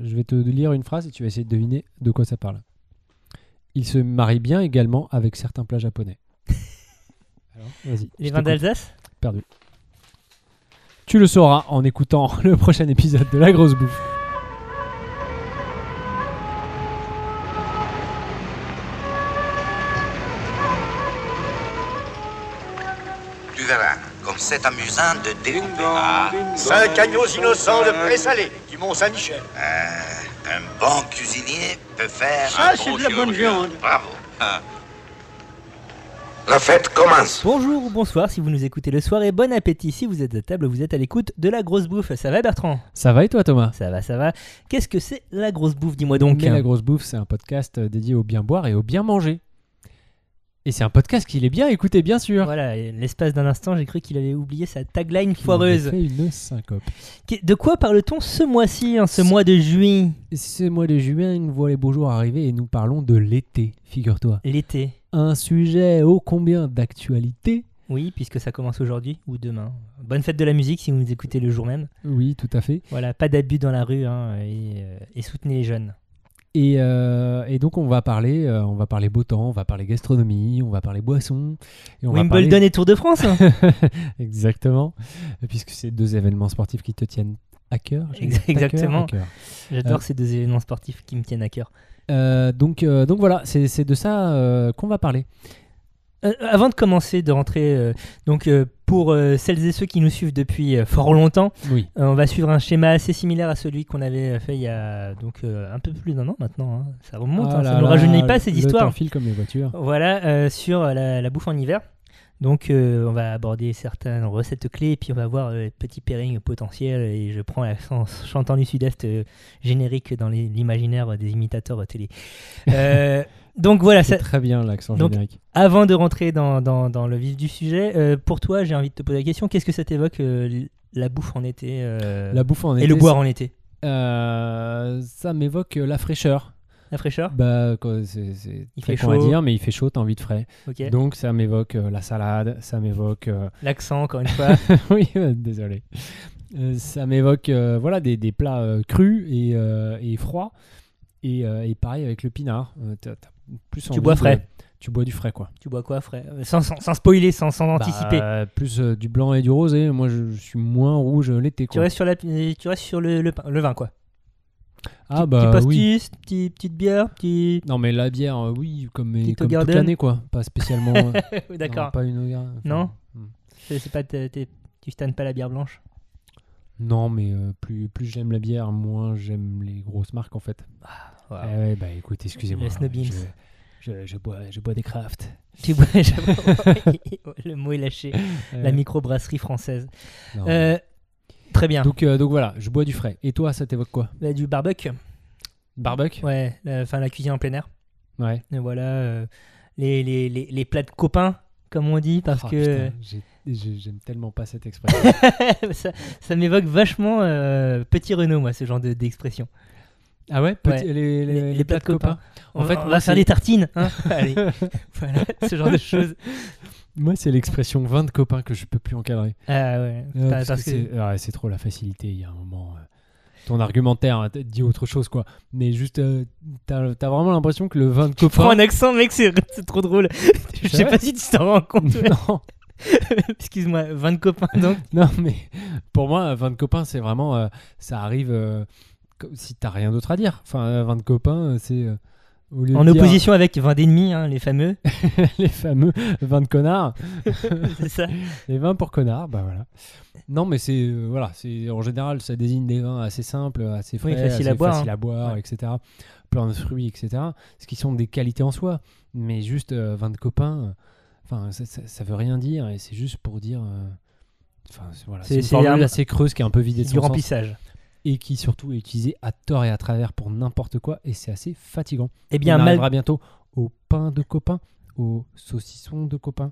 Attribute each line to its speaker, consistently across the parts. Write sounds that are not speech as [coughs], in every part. Speaker 1: Je vais te lire une phrase et tu vas essayer de deviner de quoi ça parle. Il se marie bien également avec certains plats
Speaker 2: [laughs]
Speaker 1: japonais. Alors, vas-y.
Speaker 2: Les
Speaker 1: je
Speaker 2: vins
Speaker 1: t'écoute.
Speaker 2: d'Alsace
Speaker 1: Perdu. Tu le sauras en écoutant [laughs] le prochain épisode de La Grosse Bouffe.
Speaker 3: Tu verras, comme c'est amusant de découper ah,
Speaker 4: Cinq agneaux innocents de présalé du Mont-Saint-Michel.
Speaker 3: Euh, un bon cuisinier peut faire
Speaker 4: Ça,
Speaker 3: un
Speaker 4: c'est
Speaker 3: bon
Speaker 4: de la bonne
Speaker 3: chirurgien.
Speaker 4: viande.
Speaker 3: Bravo. La fête commence.
Speaker 2: Bonjour ou bonsoir si vous nous écoutez le soir et bon appétit si vous êtes à table, vous êtes à l'écoute de la grosse bouffe. Ça va Bertrand
Speaker 1: Ça va et toi, Thomas
Speaker 2: Ça va, ça va. Qu'est-ce que c'est la grosse bouffe Dis-moi donc.
Speaker 1: Mais La Grosse Bouffe, c'est un podcast euh, dédié au bien boire et au bien manger. Et c'est un podcast qu'il est bien écouté, bien sûr.
Speaker 2: Voilà, et l'espace d'un instant, j'ai cru qu'il avait oublié sa tagline
Speaker 1: Qui m'avait
Speaker 2: foireuse.
Speaker 1: fait une syncope.
Speaker 2: Qu'est- De quoi parle-t-on ce mois-ci, en
Speaker 1: Ce-
Speaker 2: ce mois de juillet
Speaker 1: Ce mois de juin, nous voit les beaux jours arriver et nous parlons de l'été, figure-toi.
Speaker 2: L'été.
Speaker 1: Un sujet ô combien d'actualité.
Speaker 2: Oui, puisque ça commence aujourd'hui ou demain. Bonne fête de la musique si vous nous écoutez le jour même.
Speaker 1: Oui, tout à fait.
Speaker 2: Voilà, pas d'abus dans la rue hein, et, euh, et soutenez les jeunes.
Speaker 1: Et, euh, et donc on va parler, euh, on va parler beau temps, on va parler gastronomie, on va parler boissons. Et on va
Speaker 2: Wimbledon
Speaker 1: parler-
Speaker 2: et Tour de France hein.
Speaker 1: [laughs] Exactement. Puisque c'est deux événements sportifs qui te tiennent à cœur. j'allais dire, à cœur,
Speaker 2: Exactement.
Speaker 1: à cœur.
Speaker 2: [laughs] J'adore
Speaker 1: Euh.
Speaker 2: ces deux événements sportifs qui me tiennent à cœur.
Speaker 1: Euh, donc, euh, donc voilà, c'est c'est de ça euh, qu'on va parler.
Speaker 2: Euh, avant de commencer, de rentrer, euh, donc euh, pour euh, celles et ceux qui nous suivent depuis euh, fort longtemps,
Speaker 1: Oui.
Speaker 2: euh, on va suivre un schéma assez similaire à celui qu'on avait euh, fait il y a donc euh, un peu plus d'un an maintenant. hein. Ça remonte, hein, ça ne nous rajeunit pas ces
Speaker 1: Ah Le temps
Speaker 2: histoires.
Speaker 1: file comme les voitures.
Speaker 2: Voilà, euh, sur la, la bouffe en hiver. Donc, euh, on va aborder certaines recettes clés, et puis on va voir euh, les petits pairings potentiels. Et je prends l'accent chantant du sud-est euh, générique dans les- l'imaginaire euh, des imitateurs euh, télé.
Speaker 1: [laughs]
Speaker 2: Euh, donc voilà, ça-
Speaker 1: C'est très bien l'accent
Speaker 2: Donc,
Speaker 1: générique.
Speaker 2: avant de rentrer dans, dans- dans le vif du sujet, euh, pour toi, j'ai envie de te poser la question qu'est-ce que ça t'évoque euh, l- la bouffe en été euh,
Speaker 1: La bouffe en
Speaker 2: et
Speaker 1: été,
Speaker 2: le boire en été
Speaker 1: euh, ça m'évoque euh, la fraîcheur.
Speaker 2: La fraîcheur
Speaker 1: Bah, quoi, c'est c'est
Speaker 2: Ah. Il
Speaker 1: très
Speaker 2: fait
Speaker 1: con à
Speaker 2: chaud.
Speaker 1: dire, mais il fait chaud, t'as envie de frais.
Speaker 2: Ok.
Speaker 1: Donc ça m'évoque euh, la salade, ça m'évoque euh, [laughs]
Speaker 2: L'accent, encore une fois.
Speaker 1: oui, euh, désolé. Euh, ça m'évoque euh, voilà, des, des plats euh, crus et, euh, et froids. Et, euh, et pareil avec le pinard. Euh, t'as- t'as plus envie
Speaker 2: bois
Speaker 1: de-
Speaker 2: frais.
Speaker 1: Tu bois du frais, quoi.
Speaker 2: tu bois quoi, frère Euh, sans, sans- sans spoiler, sans, sans anticiper.
Speaker 1: Bah, plus euh, du blanc et du rosé. Moi, je, je suis moins rouge euh, l'été,
Speaker 2: Tu
Speaker 1: quoi.
Speaker 2: restes sur, la, tu restes sur le, le, pain- le vin, quoi.
Speaker 1: ah,
Speaker 2: Petit-
Speaker 1: bah
Speaker 2: petit
Speaker 1: oui.
Speaker 2: pastis, petit- petite bière,
Speaker 1: [laughs]
Speaker 2: petit.
Speaker 1: Non, mais la bière, euh, oui, comme, mais comme
Speaker 2: Petit
Speaker 1: toute
Speaker 2: Hoegaarden.
Speaker 1: l'année, quoi. Pas
Speaker 2: [laughs]
Speaker 1: spécialement. euh,
Speaker 2: Oui,
Speaker 1: non,
Speaker 2: D'accord.
Speaker 1: pas une Hoegaarden. Enfin,
Speaker 2: Non.
Speaker 1: hmm.
Speaker 2: C'est c'est pas t'es- t'es- tu stannes pas la bière blanche.
Speaker 1: Non, mais euh, plus, plus j'aime la bière, moins j'aime les grosses marques, en fait.
Speaker 2: Wow.
Speaker 1: Eh ouais, bah écoute, excusez-moi.
Speaker 2: Le snobisme.
Speaker 1: Je, je- je bois, je bois des crafts.
Speaker 2: Tu bois- [laughs] le mot est lâché. La
Speaker 1: Euh,
Speaker 2: microbrasserie française.
Speaker 1: non.
Speaker 2: Euh, très bien.
Speaker 1: Donc, euh, donc voilà, je bois du frais. Et toi, ça t'évoque quoi
Speaker 2: Bah, du barbecue.
Speaker 1: Barbecue
Speaker 2: Ouais. la- Enfin la cuisine en plein air.
Speaker 1: Ouais.
Speaker 2: Et voilà euh, les, les, les, les plats de copains comme on dit parce
Speaker 1: Ah,
Speaker 2: que
Speaker 1: putain, j'ai- j'ai- j'aime tellement pas cette expression. [laughs]
Speaker 2: [laughs] ça, ça m'évoque vachement euh, petit Renault moi ce genre de- d'expression.
Speaker 1: ah ouais, Petit- Les,
Speaker 2: Ouais.
Speaker 1: les,
Speaker 2: Les-
Speaker 1: les
Speaker 2: les
Speaker 1: plats de copains. En
Speaker 2: En
Speaker 1: fait,
Speaker 2: fait, on
Speaker 1: moi,
Speaker 2: va faire
Speaker 1: c'est-
Speaker 2: des tartines.
Speaker 1: [laughs]
Speaker 2: hein. Allez, voilà, ce genre de choses.
Speaker 1: Moi, c'est l'expression 20 de copains que je peux plus encadrer.
Speaker 2: Ah ouais.
Speaker 1: Euh,
Speaker 2: parce
Speaker 1: parce que
Speaker 2: que-
Speaker 1: c'est ah, c'est trop la facilité. Il y a un moment. euh, Ton argumentaire euh, t- dit autre chose, quoi. Mais juste, euh, t'as t'as vraiment l'impression que le 20 de
Speaker 2: Prends
Speaker 1: copains.
Speaker 2: un accent, mec, c'est c'est trop drôle. Je sais
Speaker 1: vrai
Speaker 2: pas si tu t'en rends compte.
Speaker 1: [laughs]
Speaker 2: ouais.
Speaker 1: non,
Speaker 2: [laughs] Excuse-moi, 20 copains donc.
Speaker 1: Non, mais pour moi, 20 copains, c'est vraiment. euh, ça arrive euh, co- si t'as rien d'autre à dire. Enfin, euh, 20 copains, euh, c'est. euh, au lieu
Speaker 2: En
Speaker 1: de dire
Speaker 2: opposition avec 20 d'ennemis, hein, les fameux.
Speaker 1: [laughs] les fameux 20 connards,
Speaker 2: c'est ça.
Speaker 1: les 20 pour connards, bah voilà. Non, mais c'est. euh, voilà, c'est en général, ça désigne des vins assez simples, assez frais,
Speaker 2: Oui, facile à
Speaker 1: assez
Speaker 2: boire,
Speaker 1: faciles
Speaker 2: hein.
Speaker 1: à boire,
Speaker 2: Ouais.
Speaker 1: etc. Plein de fruits, etc. Ce qui sont des qualités en soi. Mais juste euh, 20 copains, euh, enfin, ça, ça- ça veut rien dire et c'est juste pour dire. euh, Enfin, c'est- voilà,
Speaker 2: C'est-
Speaker 1: c'est une
Speaker 2: c'est
Speaker 1: formule
Speaker 2: un-
Speaker 1: assez creuse qui est un peu vidée de
Speaker 2: Du
Speaker 1: son sens.
Speaker 2: remplissage.
Speaker 1: et qui surtout est utilisé à tort et à travers pour n'importe quoi et c'est assez fatigant.
Speaker 2: Eh bien,
Speaker 1: On
Speaker 2: mal...
Speaker 1: arrivera bientôt au pain de copain, au saucisson de copain,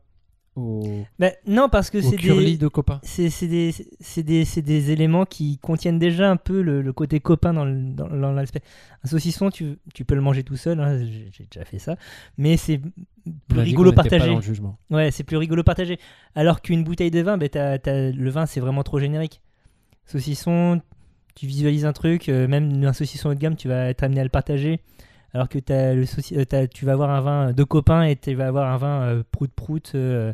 Speaker 1: au,
Speaker 2: Bah, non, parce que
Speaker 1: au
Speaker 2: c'est
Speaker 1: curly
Speaker 2: des...
Speaker 1: de copain.
Speaker 2: C'est c'est des, c'est des, c'est des éléments qui contiennent déjà un peu le, le côté copain dans le- dans- dans l'aspect. Un saucisson, tu, tu peux le manger tout seul, hein, j'ai j'ai déjà fait ça, mais c'est
Speaker 1: On
Speaker 2: plus
Speaker 1: a dit
Speaker 2: rigolo
Speaker 1: qu'on n'était bah, pas
Speaker 2: partagé.
Speaker 1: dans le jugement.
Speaker 2: Ouais, c'est plus rigolo partagé. Alors qu'une bouteille de vin, ben, t'as- t'as- le vin, c'est vraiment trop générique. Saucisson, tu visualises un truc, euh, même un saucisson haut de gamme, tu vas être amené à le partager. Alors que t'as le sauci- euh, t'as- tu vas avoir un vin de copain et tu vas avoir un vin euh, prout-prout. euh,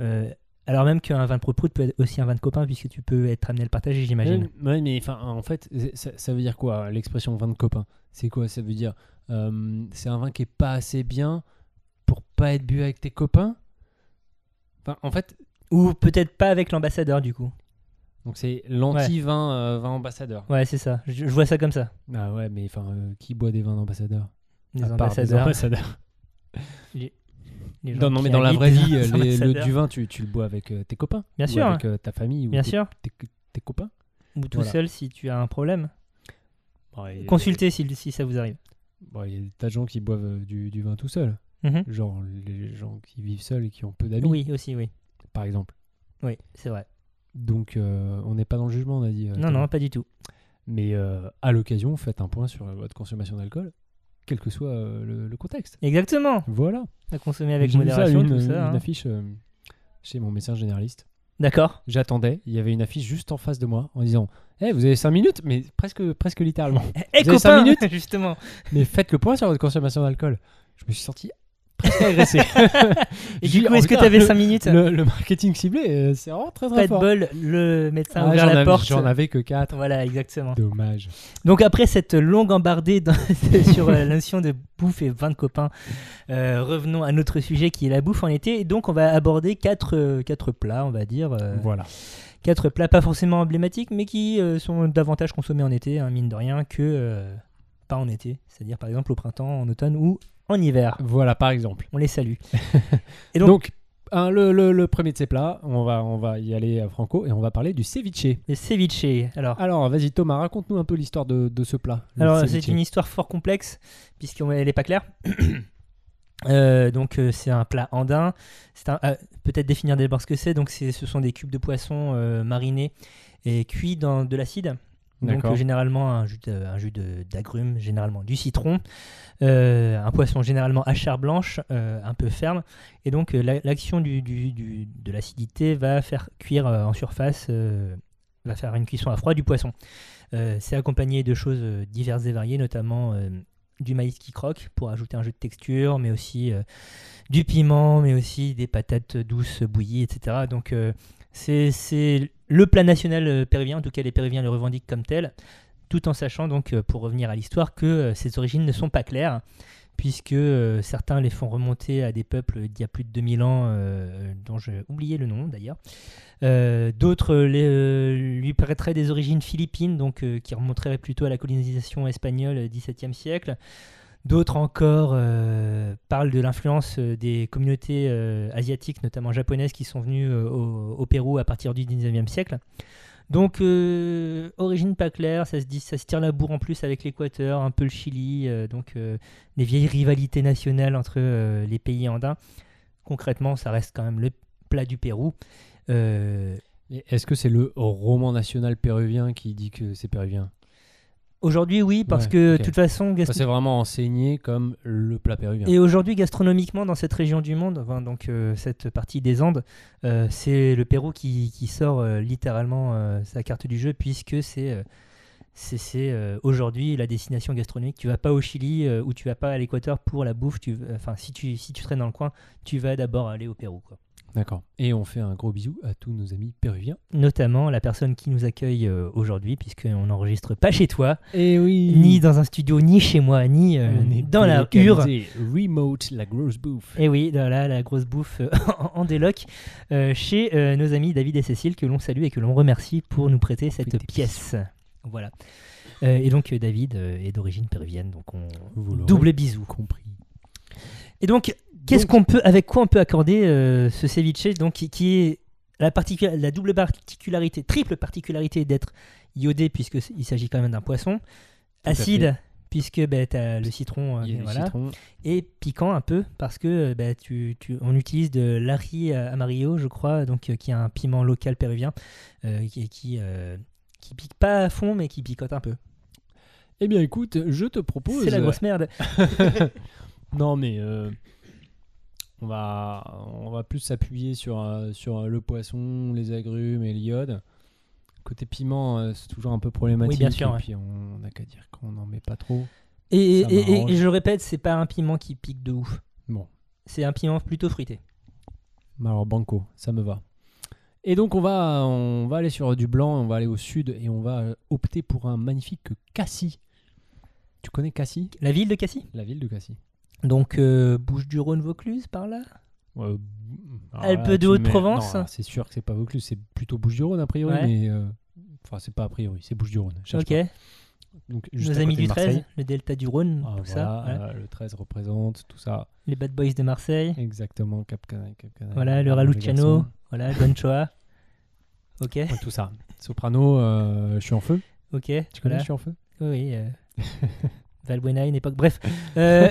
Speaker 2: euh, alors même qu'un vin de prout-prout peut être aussi un vin de copain, puisque tu peux être amené à le partager, j'imagine.
Speaker 1: Ouais, ouais, mais enfin, en fait, c'est- ça, ça veut dire quoi l'expression vin de copain C'est quoi Ça veut dire euh, c'est un vin qui est pas assez bien pour pas être bu avec tes copains. Enfin, en fait,
Speaker 2: Ou peut-être pas avec l'ambassadeur, du coup.
Speaker 1: donc c'est l'anti-vin euh, vin ambassadeur.
Speaker 2: Ouais, c'est ça. Je, je vois ça comme ça.
Speaker 1: Ah ouais, mais enfin, euh, qui boit des vins d'ambassadeur
Speaker 2: Les
Speaker 1: À part des
Speaker 2: ambassadeurs.
Speaker 1: ambassadeurs.
Speaker 2: les gens
Speaker 1: Non, non,
Speaker 2: qui
Speaker 1: mais dans la
Speaker 2: habitent
Speaker 1: vraie
Speaker 2: les
Speaker 1: vie, euh, les- le,
Speaker 2: ambassadeurs.
Speaker 1: du vin, tu, tu le bois avec euh, tes copains.
Speaker 2: Bien
Speaker 1: ou
Speaker 2: sûr,
Speaker 1: Avec euh, ta famille ou
Speaker 2: Bien
Speaker 1: tes-
Speaker 2: sûr.
Speaker 1: Tes, tes copains.
Speaker 2: Ou tout
Speaker 1: Voilà.
Speaker 2: seul si tu as un problème.
Speaker 1: Bon, il y a-
Speaker 2: Consultez si, si ça vous arrive.
Speaker 1: bon, Il y a des tas de gens qui boivent euh, du, du vin tout seul.
Speaker 2: Mhm.
Speaker 1: Genre les gens qui vivent seuls et qui ont peu d'amis,
Speaker 2: Oui, aussi, oui.
Speaker 1: par exemple.
Speaker 2: Oui, c'est vrai.
Speaker 1: Donc euh, on n'est pas dans le jugement, on a dit. euh,
Speaker 2: Non,
Speaker 1: Thomas.
Speaker 2: non, pas du tout.
Speaker 1: Mais euh, à l'occasion, faites un point sur votre consommation d'alcool, quel que soit euh, le, le contexte.
Speaker 2: Exactement.
Speaker 1: Voilà.
Speaker 2: À consommer avec
Speaker 1: J'ai vu ça,
Speaker 2: modération,
Speaker 1: une,
Speaker 2: tout
Speaker 1: une
Speaker 2: ça. hein.
Speaker 1: affiche euh, chez mon médecin généraliste.
Speaker 2: D'accord.
Speaker 1: J'attendais, il y avait une affiche juste en face de moi en disant Eh, vous avez 5 minutes Mais presque, presque
Speaker 2: [laughs]
Speaker 1: littéralement.
Speaker 2: Eh,
Speaker 1: Vous avez
Speaker 2: copain,
Speaker 1: cinq minutes
Speaker 2: [laughs] justement.
Speaker 1: Mais faites le point sur votre consommation d'alcool. Je me suis senti presque agressé.
Speaker 2: [laughs] Et
Speaker 1: J'ai dit,
Speaker 2: du coup,
Speaker 1: Oh,
Speaker 2: est-ce que
Speaker 1: putain,
Speaker 2: tu avais
Speaker 1: le-
Speaker 2: 5 minutes
Speaker 1: le, le marketing ciblé, euh, c'est vraiment très très
Speaker 2: Pas de
Speaker 1: fort.
Speaker 2: bol, le médecin a
Speaker 1: Ah,
Speaker 2: ouvert
Speaker 1: j'en
Speaker 2: la
Speaker 1: av-
Speaker 2: porte.
Speaker 1: J'en avais que 4.
Speaker 2: Voilà,
Speaker 1: [laughs]
Speaker 2: exactement.
Speaker 1: Dommage.
Speaker 2: Donc après cette longue embardée dans- [laughs] sur la notion de bouffe et vin de copains, euh, revenons à notre sujet qui est la bouffe en été. Et donc on va aborder quatre, euh, quatre plats, on va dire. euh,
Speaker 1: Voilà.
Speaker 2: Quatre plats pas forcément emblématiques, mais qui euh, sont davantage consommés en été, hein, mine de rien, que euh, pas en été. C'est-à-dire par exemple au printemps, en automne ou en hiver.
Speaker 1: Voilà, par exemple.
Speaker 2: On les salue. Et donc,
Speaker 1: Donc, hein, le, le- le premier de ces plats, on va, on va y aller à Franco et on va parler du ceviche.
Speaker 2: le ceviche. Alors,
Speaker 1: Alors, vas-y Thomas, raconte-nous un peu l'histoire de, de ce plat. le
Speaker 2: Alors
Speaker 1: ceviche.
Speaker 2: c'est une histoire fort complexe puisqu'elle n'est pas claire. [coughs] Euh, donc euh, c'est un plat andin. C'est un- euh, peut-être définir d'abord ce que c'est. Donc c'est- ce sont des cubes de poisson euh, marinés et cuits dans de l'acide. Donc
Speaker 1: D'accord.
Speaker 2: euh, généralement un jus, de- un jus de- d'agrumes, généralement du citron, euh, un poisson généralement à chair blanche, euh, un peu ferme. Et donc euh, la- l'action du- du- du- de l'acidité va faire cuire euh, en surface, euh, va faire une cuisson à froid du poisson. Euh, c'est accompagné de choses euh, diverses et variées, notamment euh, du maïs qui croque pour ajouter un jeu de texture, mais aussi euh, du piment, mais aussi des patates douces bouillies, etc. Donc euh, c'est- c'est le plat national euh, péruvien, en tout cas les péruviens le revendiquent comme tel, tout en sachant donc, euh, pour revenir à l'histoire, que euh, ses origines ne sont pas claires, puisque euh, certains les font remonter à des peuples d'il y a plus de 2000 ans, euh, dont j'ai oublié le nom d'ailleurs. Euh, D'autres euh, les, euh, lui prêteraient des origines philippines, donc euh, qui remonteraient plutôt à la colonisation espagnole euh, XVIIe siècle. D'autres encore euh, parlent de l'influence euh, des communautés euh, asiatiques, notamment japonaises, qui sont venues euh, au, au Pérou à partir du 19e siècle. Donc, euh, origine pas claire, ça se, dit, ça se tire la bourre en plus avec l'Équateur, un peu le Chili, euh, donc euh, les vieilles rivalités nationales entre euh, les pays andins. Concrètement, ça reste quand même le plat du Pérou. Euh,
Speaker 1: Et Est-ce que c'est le roman national péruvien qui dit que c'est péruvien
Speaker 2: Aujourd'hui, oui, parce
Speaker 1: Ouais,
Speaker 2: que de
Speaker 1: ok.
Speaker 2: toute façon, gastro-
Speaker 1: Ça C'est vraiment enseigné comme le plat péruvien.
Speaker 2: et aujourd'hui gastronomiquement dans cette région du monde, enfin, donc euh, cette partie des Andes, euh, c'est le Pérou qui, qui sort euh, littéralement euh, sa carte du jeu puisque c'est euh, c'est- c'est euh, aujourd'hui la destination gastronomique. Tu vas pas au Chili euh, ou tu vas pas à l'Équateur pour la bouffe. Tu, euh, enfin, si tu si tu traînes dans le coin, tu vas d'abord aller au Pérou, quoi.
Speaker 1: D'accord. Et on fait un gros bisou à tous nos amis péruviens.
Speaker 2: Notamment la personne qui nous accueille euh, aujourd'hui, puisqu'on n'enregistre pas chez toi,
Speaker 1: Et oui
Speaker 2: ni dans un studio, ni chez moi, ni euh, dans la hure.
Speaker 1: Remote, la grosse bouffe.
Speaker 2: Et Eh oui, voilà la grosse bouffe euh, [laughs] en déloc euh, chez euh, nos amis David et Cécile que l'on salue et que l'on remercie pour nous prêter cette
Speaker 1: Prêter
Speaker 2: pièce. Voilà. Euh, et donc euh, David euh, est d'origine péruvienne, donc on
Speaker 1: Vous l'aurez
Speaker 2: double bisou.
Speaker 1: compris.
Speaker 2: Et donc, qu'est-ce qu'on peut, avec quoi on peut accorder euh, ce ceviche, donc qui, qui est la, particu- la double particularité, triple particularité d'être iodé puisque c- il s'agit quand même d'un poisson,
Speaker 1: à fait.
Speaker 2: acide puisque ben, t'as le citron, euh,
Speaker 1: Il y a du
Speaker 2: voilà
Speaker 1: citron.
Speaker 2: et piquant un peu parce que euh, bah, tu, tu- on utilise de l'ari euh, amarillo, je crois, donc euh, qui est un piment local péruvien euh, qui, qui, euh, qui pique pas à fond mais qui picote un peu.
Speaker 1: Eh bien écoute, je te propose...
Speaker 2: C'est la grosse merde.
Speaker 1: Non, mais euh, on, va, on va plus s'appuyer sur, euh, sur euh, le poisson, les agrumes et l'iode côté piment, euh, c'est toujours un peu problématique.
Speaker 2: Oui, bien sûr,
Speaker 1: Et
Speaker 2: ouais.
Speaker 1: puis on n'a qu'à dire qu'on n'en met pas trop.
Speaker 2: Et,
Speaker 1: Ça
Speaker 2: et- et-
Speaker 1: m'arrange.
Speaker 2: et je répète, c'est pas un piment qui pique de ouf.
Speaker 1: Bon,
Speaker 2: C'est un piment plutôt fruité.
Speaker 1: alors banco, ça me va. Et donc on va, on va aller sur du blanc, on va aller au sud et on va euh, opter pour un magnifique Cassis. Tu connais Cassis
Speaker 2: La ville de Cassis
Speaker 1: La ville de Cassis
Speaker 2: Donc, euh, Bouches-du-Rhône-Vaucluse, par là
Speaker 1: Ouais, b- alors
Speaker 2: Elle
Speaker 1: là,
Speaker 2: peut de
Speaker 1: tu
Speaker 2: Haute
Speaker 1: mets-
Speaker 2: Provence hein.
Speaker 1: non, alors C'est sûr que c'est pas Vaucluse, c'est plutôt Bouches-du-Rhône a priori,
Speaker 2: Ouais.
Speaker 1: mais euh, enfin c'est pas a priori, c'est Bouches-du-Rhône. cherche
Speaker 2: Ok.
Speaker 1: pas. Donc, juste
Speaker 2: Nos
Speaker 1: à
Speaker 2: amis
Speaker 1: côté
Speaker 2: du
Speaker 1: de Marseille.
Speaker 2: 13, le delta du Rhône,
Speaker 1: Ah,
Speaker 2: tout ça.
Speaker 1: voilà,
Speaker 2: voilà.
Speaker 1: euh, le 13 représente tout ça.
Speaker 2: Les Bad Boys de Marseille.
Speaker 1: Exactement, Cap Canaille, Cap Canaille,
Speaker 2: Voilà, le
Speaker 1: Mauvais
Speaker 2: Raluciano.
Speaker 1: Garçon.
Speaker 2: Voilà, Don Choa. Ok,
Speaker 1: Ouais, tout ça. Soprano, euh, je suis en feu.
Speaker 2: ok.
Speaker 1: Tu connais,
Speaker 2: voilà.
Speaker 1: je suis en feu
Speaker 2: Oui, oui. euh, [laughs] Valbuena, une époque. Bref. Euh,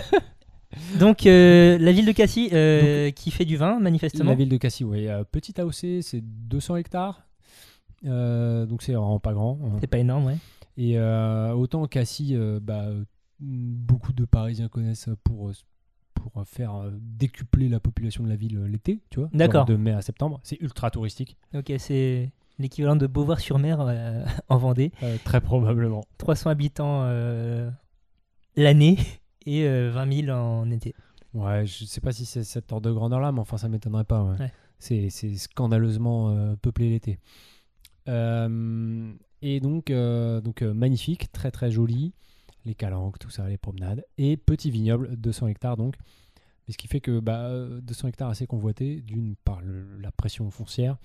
Speaker 2: donc, euh, la ville de Cassis, euh, qui fait du vin, manifestement.
Speaker 1: La ville de Cassis, oui. Euh, petite AOC, c'est 200 hectares. Euh, donc c'est vraiment pas grand. hein.
Speaker 2: C'est pas énorme, ouais.
Speaker 1: Et euh, autant Cassis, euh, bah, euh, beaucoup de Parisiens connaissent pour, euh, pour faire euh, décupler la population de la ville euh, l'été, tu vois. genre
Speaker 2: D'accord.
Speaker 1: De mai à septembre. C'est ultra touristique,
Speaker 2: Ok, euh, c'est l'équivalent de Beauvoir-sur-Mer euh, [laughs] en Vendée.
Speaker 1: euh, très probablement.
Speaker 2: 300 habitants euh, l'année et euh, 20 000 en été.
Speaker 1: Ouais, je sais pas si c'est cet ordre de grandeur-là, mais enfin, ça m'étonnerait pas. ouais.
Speaker 2: Ouais.
Speaker 1: C'est, c'est scandaleusement euh, peuplé l'été. Euh, et donc, euh, donc euh, magnifique, très très joli, les calanques, tout ça, les promenades, et petit vignoble, 200 hectares donc. Mais ce qui fait que bah, euh, 200 hectares assez convoité, d'une par le- la pression foncière.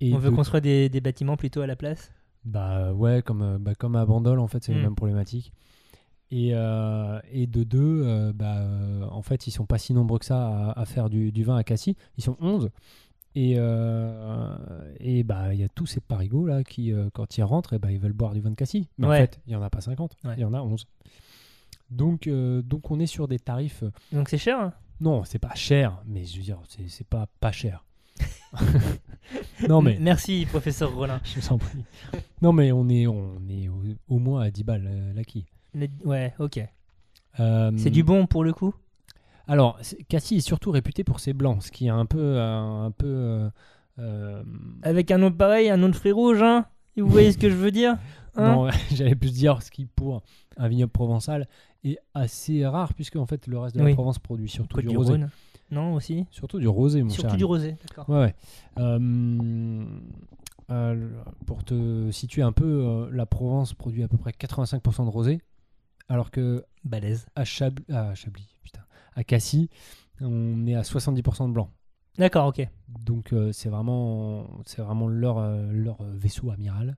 Speaker 1: Et
Speaker 2: On veut
Speaker 1: de-
Speaker 2: construire des, des bâtiments plutôt à la place.
Speaker 1: bah ouais, comme, euh, bah, comme à Bandol, en fait, c'est
Speaker 2: Mm.
Speaker 1: la même problématique. Et, euh, et de deux, euh, bah, euh, en fait, ils sont pas si nombreux que ça à, à faire du, du vin à Cassis. Ils sont 11. Et, euh, et bah, il y a tous ces parigots là qui, euh, quand ils rentrent, et bah, ils veulent boire du vin de Cassis. Mais
Speaker 2: Ouais.
Speaker 1: en fait, il y en a pas 50, il
Speaker 2: Ouais.
Speaker 1: y en a 11. Donc, euh, donc on est sur des tarifs.
Speaker 2: Donc c'est cher. hein.
Speaker 1: Non, c'est pas cher, mais je veux dire, c'est c'est pas pas cher. [laughs] non, mais.
Speaker 2: M- Merci, professeur Rollin.
Speaker 1: Je vous en prie. non, mais on est, on est au, au moins à 10 balles euh, l'acquis.
Speaker 2: Le- Ouais, ok.
Speaker 1: Euh,
Speaker 2: C'est du bon pour le coup
Speaker 1: Alors, c'est- Cassis est surtout réputé pour ses blancs, ce qui est un peu. euh, un peu euh, euh,
Speaker 2: Avec un nom pareil, un nom de fruit rouge, hein Vous voyez ce que je veux dire Hein
Speaker 1: non, [laughs] j'allais plus dire ce qui, pour un vignoble provençal, est assez rare, puisque en fait, le reste de la
Speaker 2: Oui.
Speaker 1: Provence produit surtout
Speaker 2: Côte
Speaker 1: du,
Speaker 2: du
Speaker 1: rosé.
Speaker 2: Rhône. Non, aussi
Speaker 1: Surtout du rosé, mon cher.
Speaker 2: Surtout
Speaker 1: ami.
Speaker 2: du rosé, d'accord.
Speaker 1: Ouais, ouais. Euh, euh, pour te situer un peu, euh, la Provence produit à peu près 85% de rosé, alors que
Speaker 2: Balèze.
Speaker 1: à, Chab- à Chablis, putain, à Cassis, on est à 70% de blanc.
Speaker 2: D'accord, ok.
Speaker 1: Donc euh, c'est vraiment, c'est vraiment leur, euh, leur vaisseau amiral.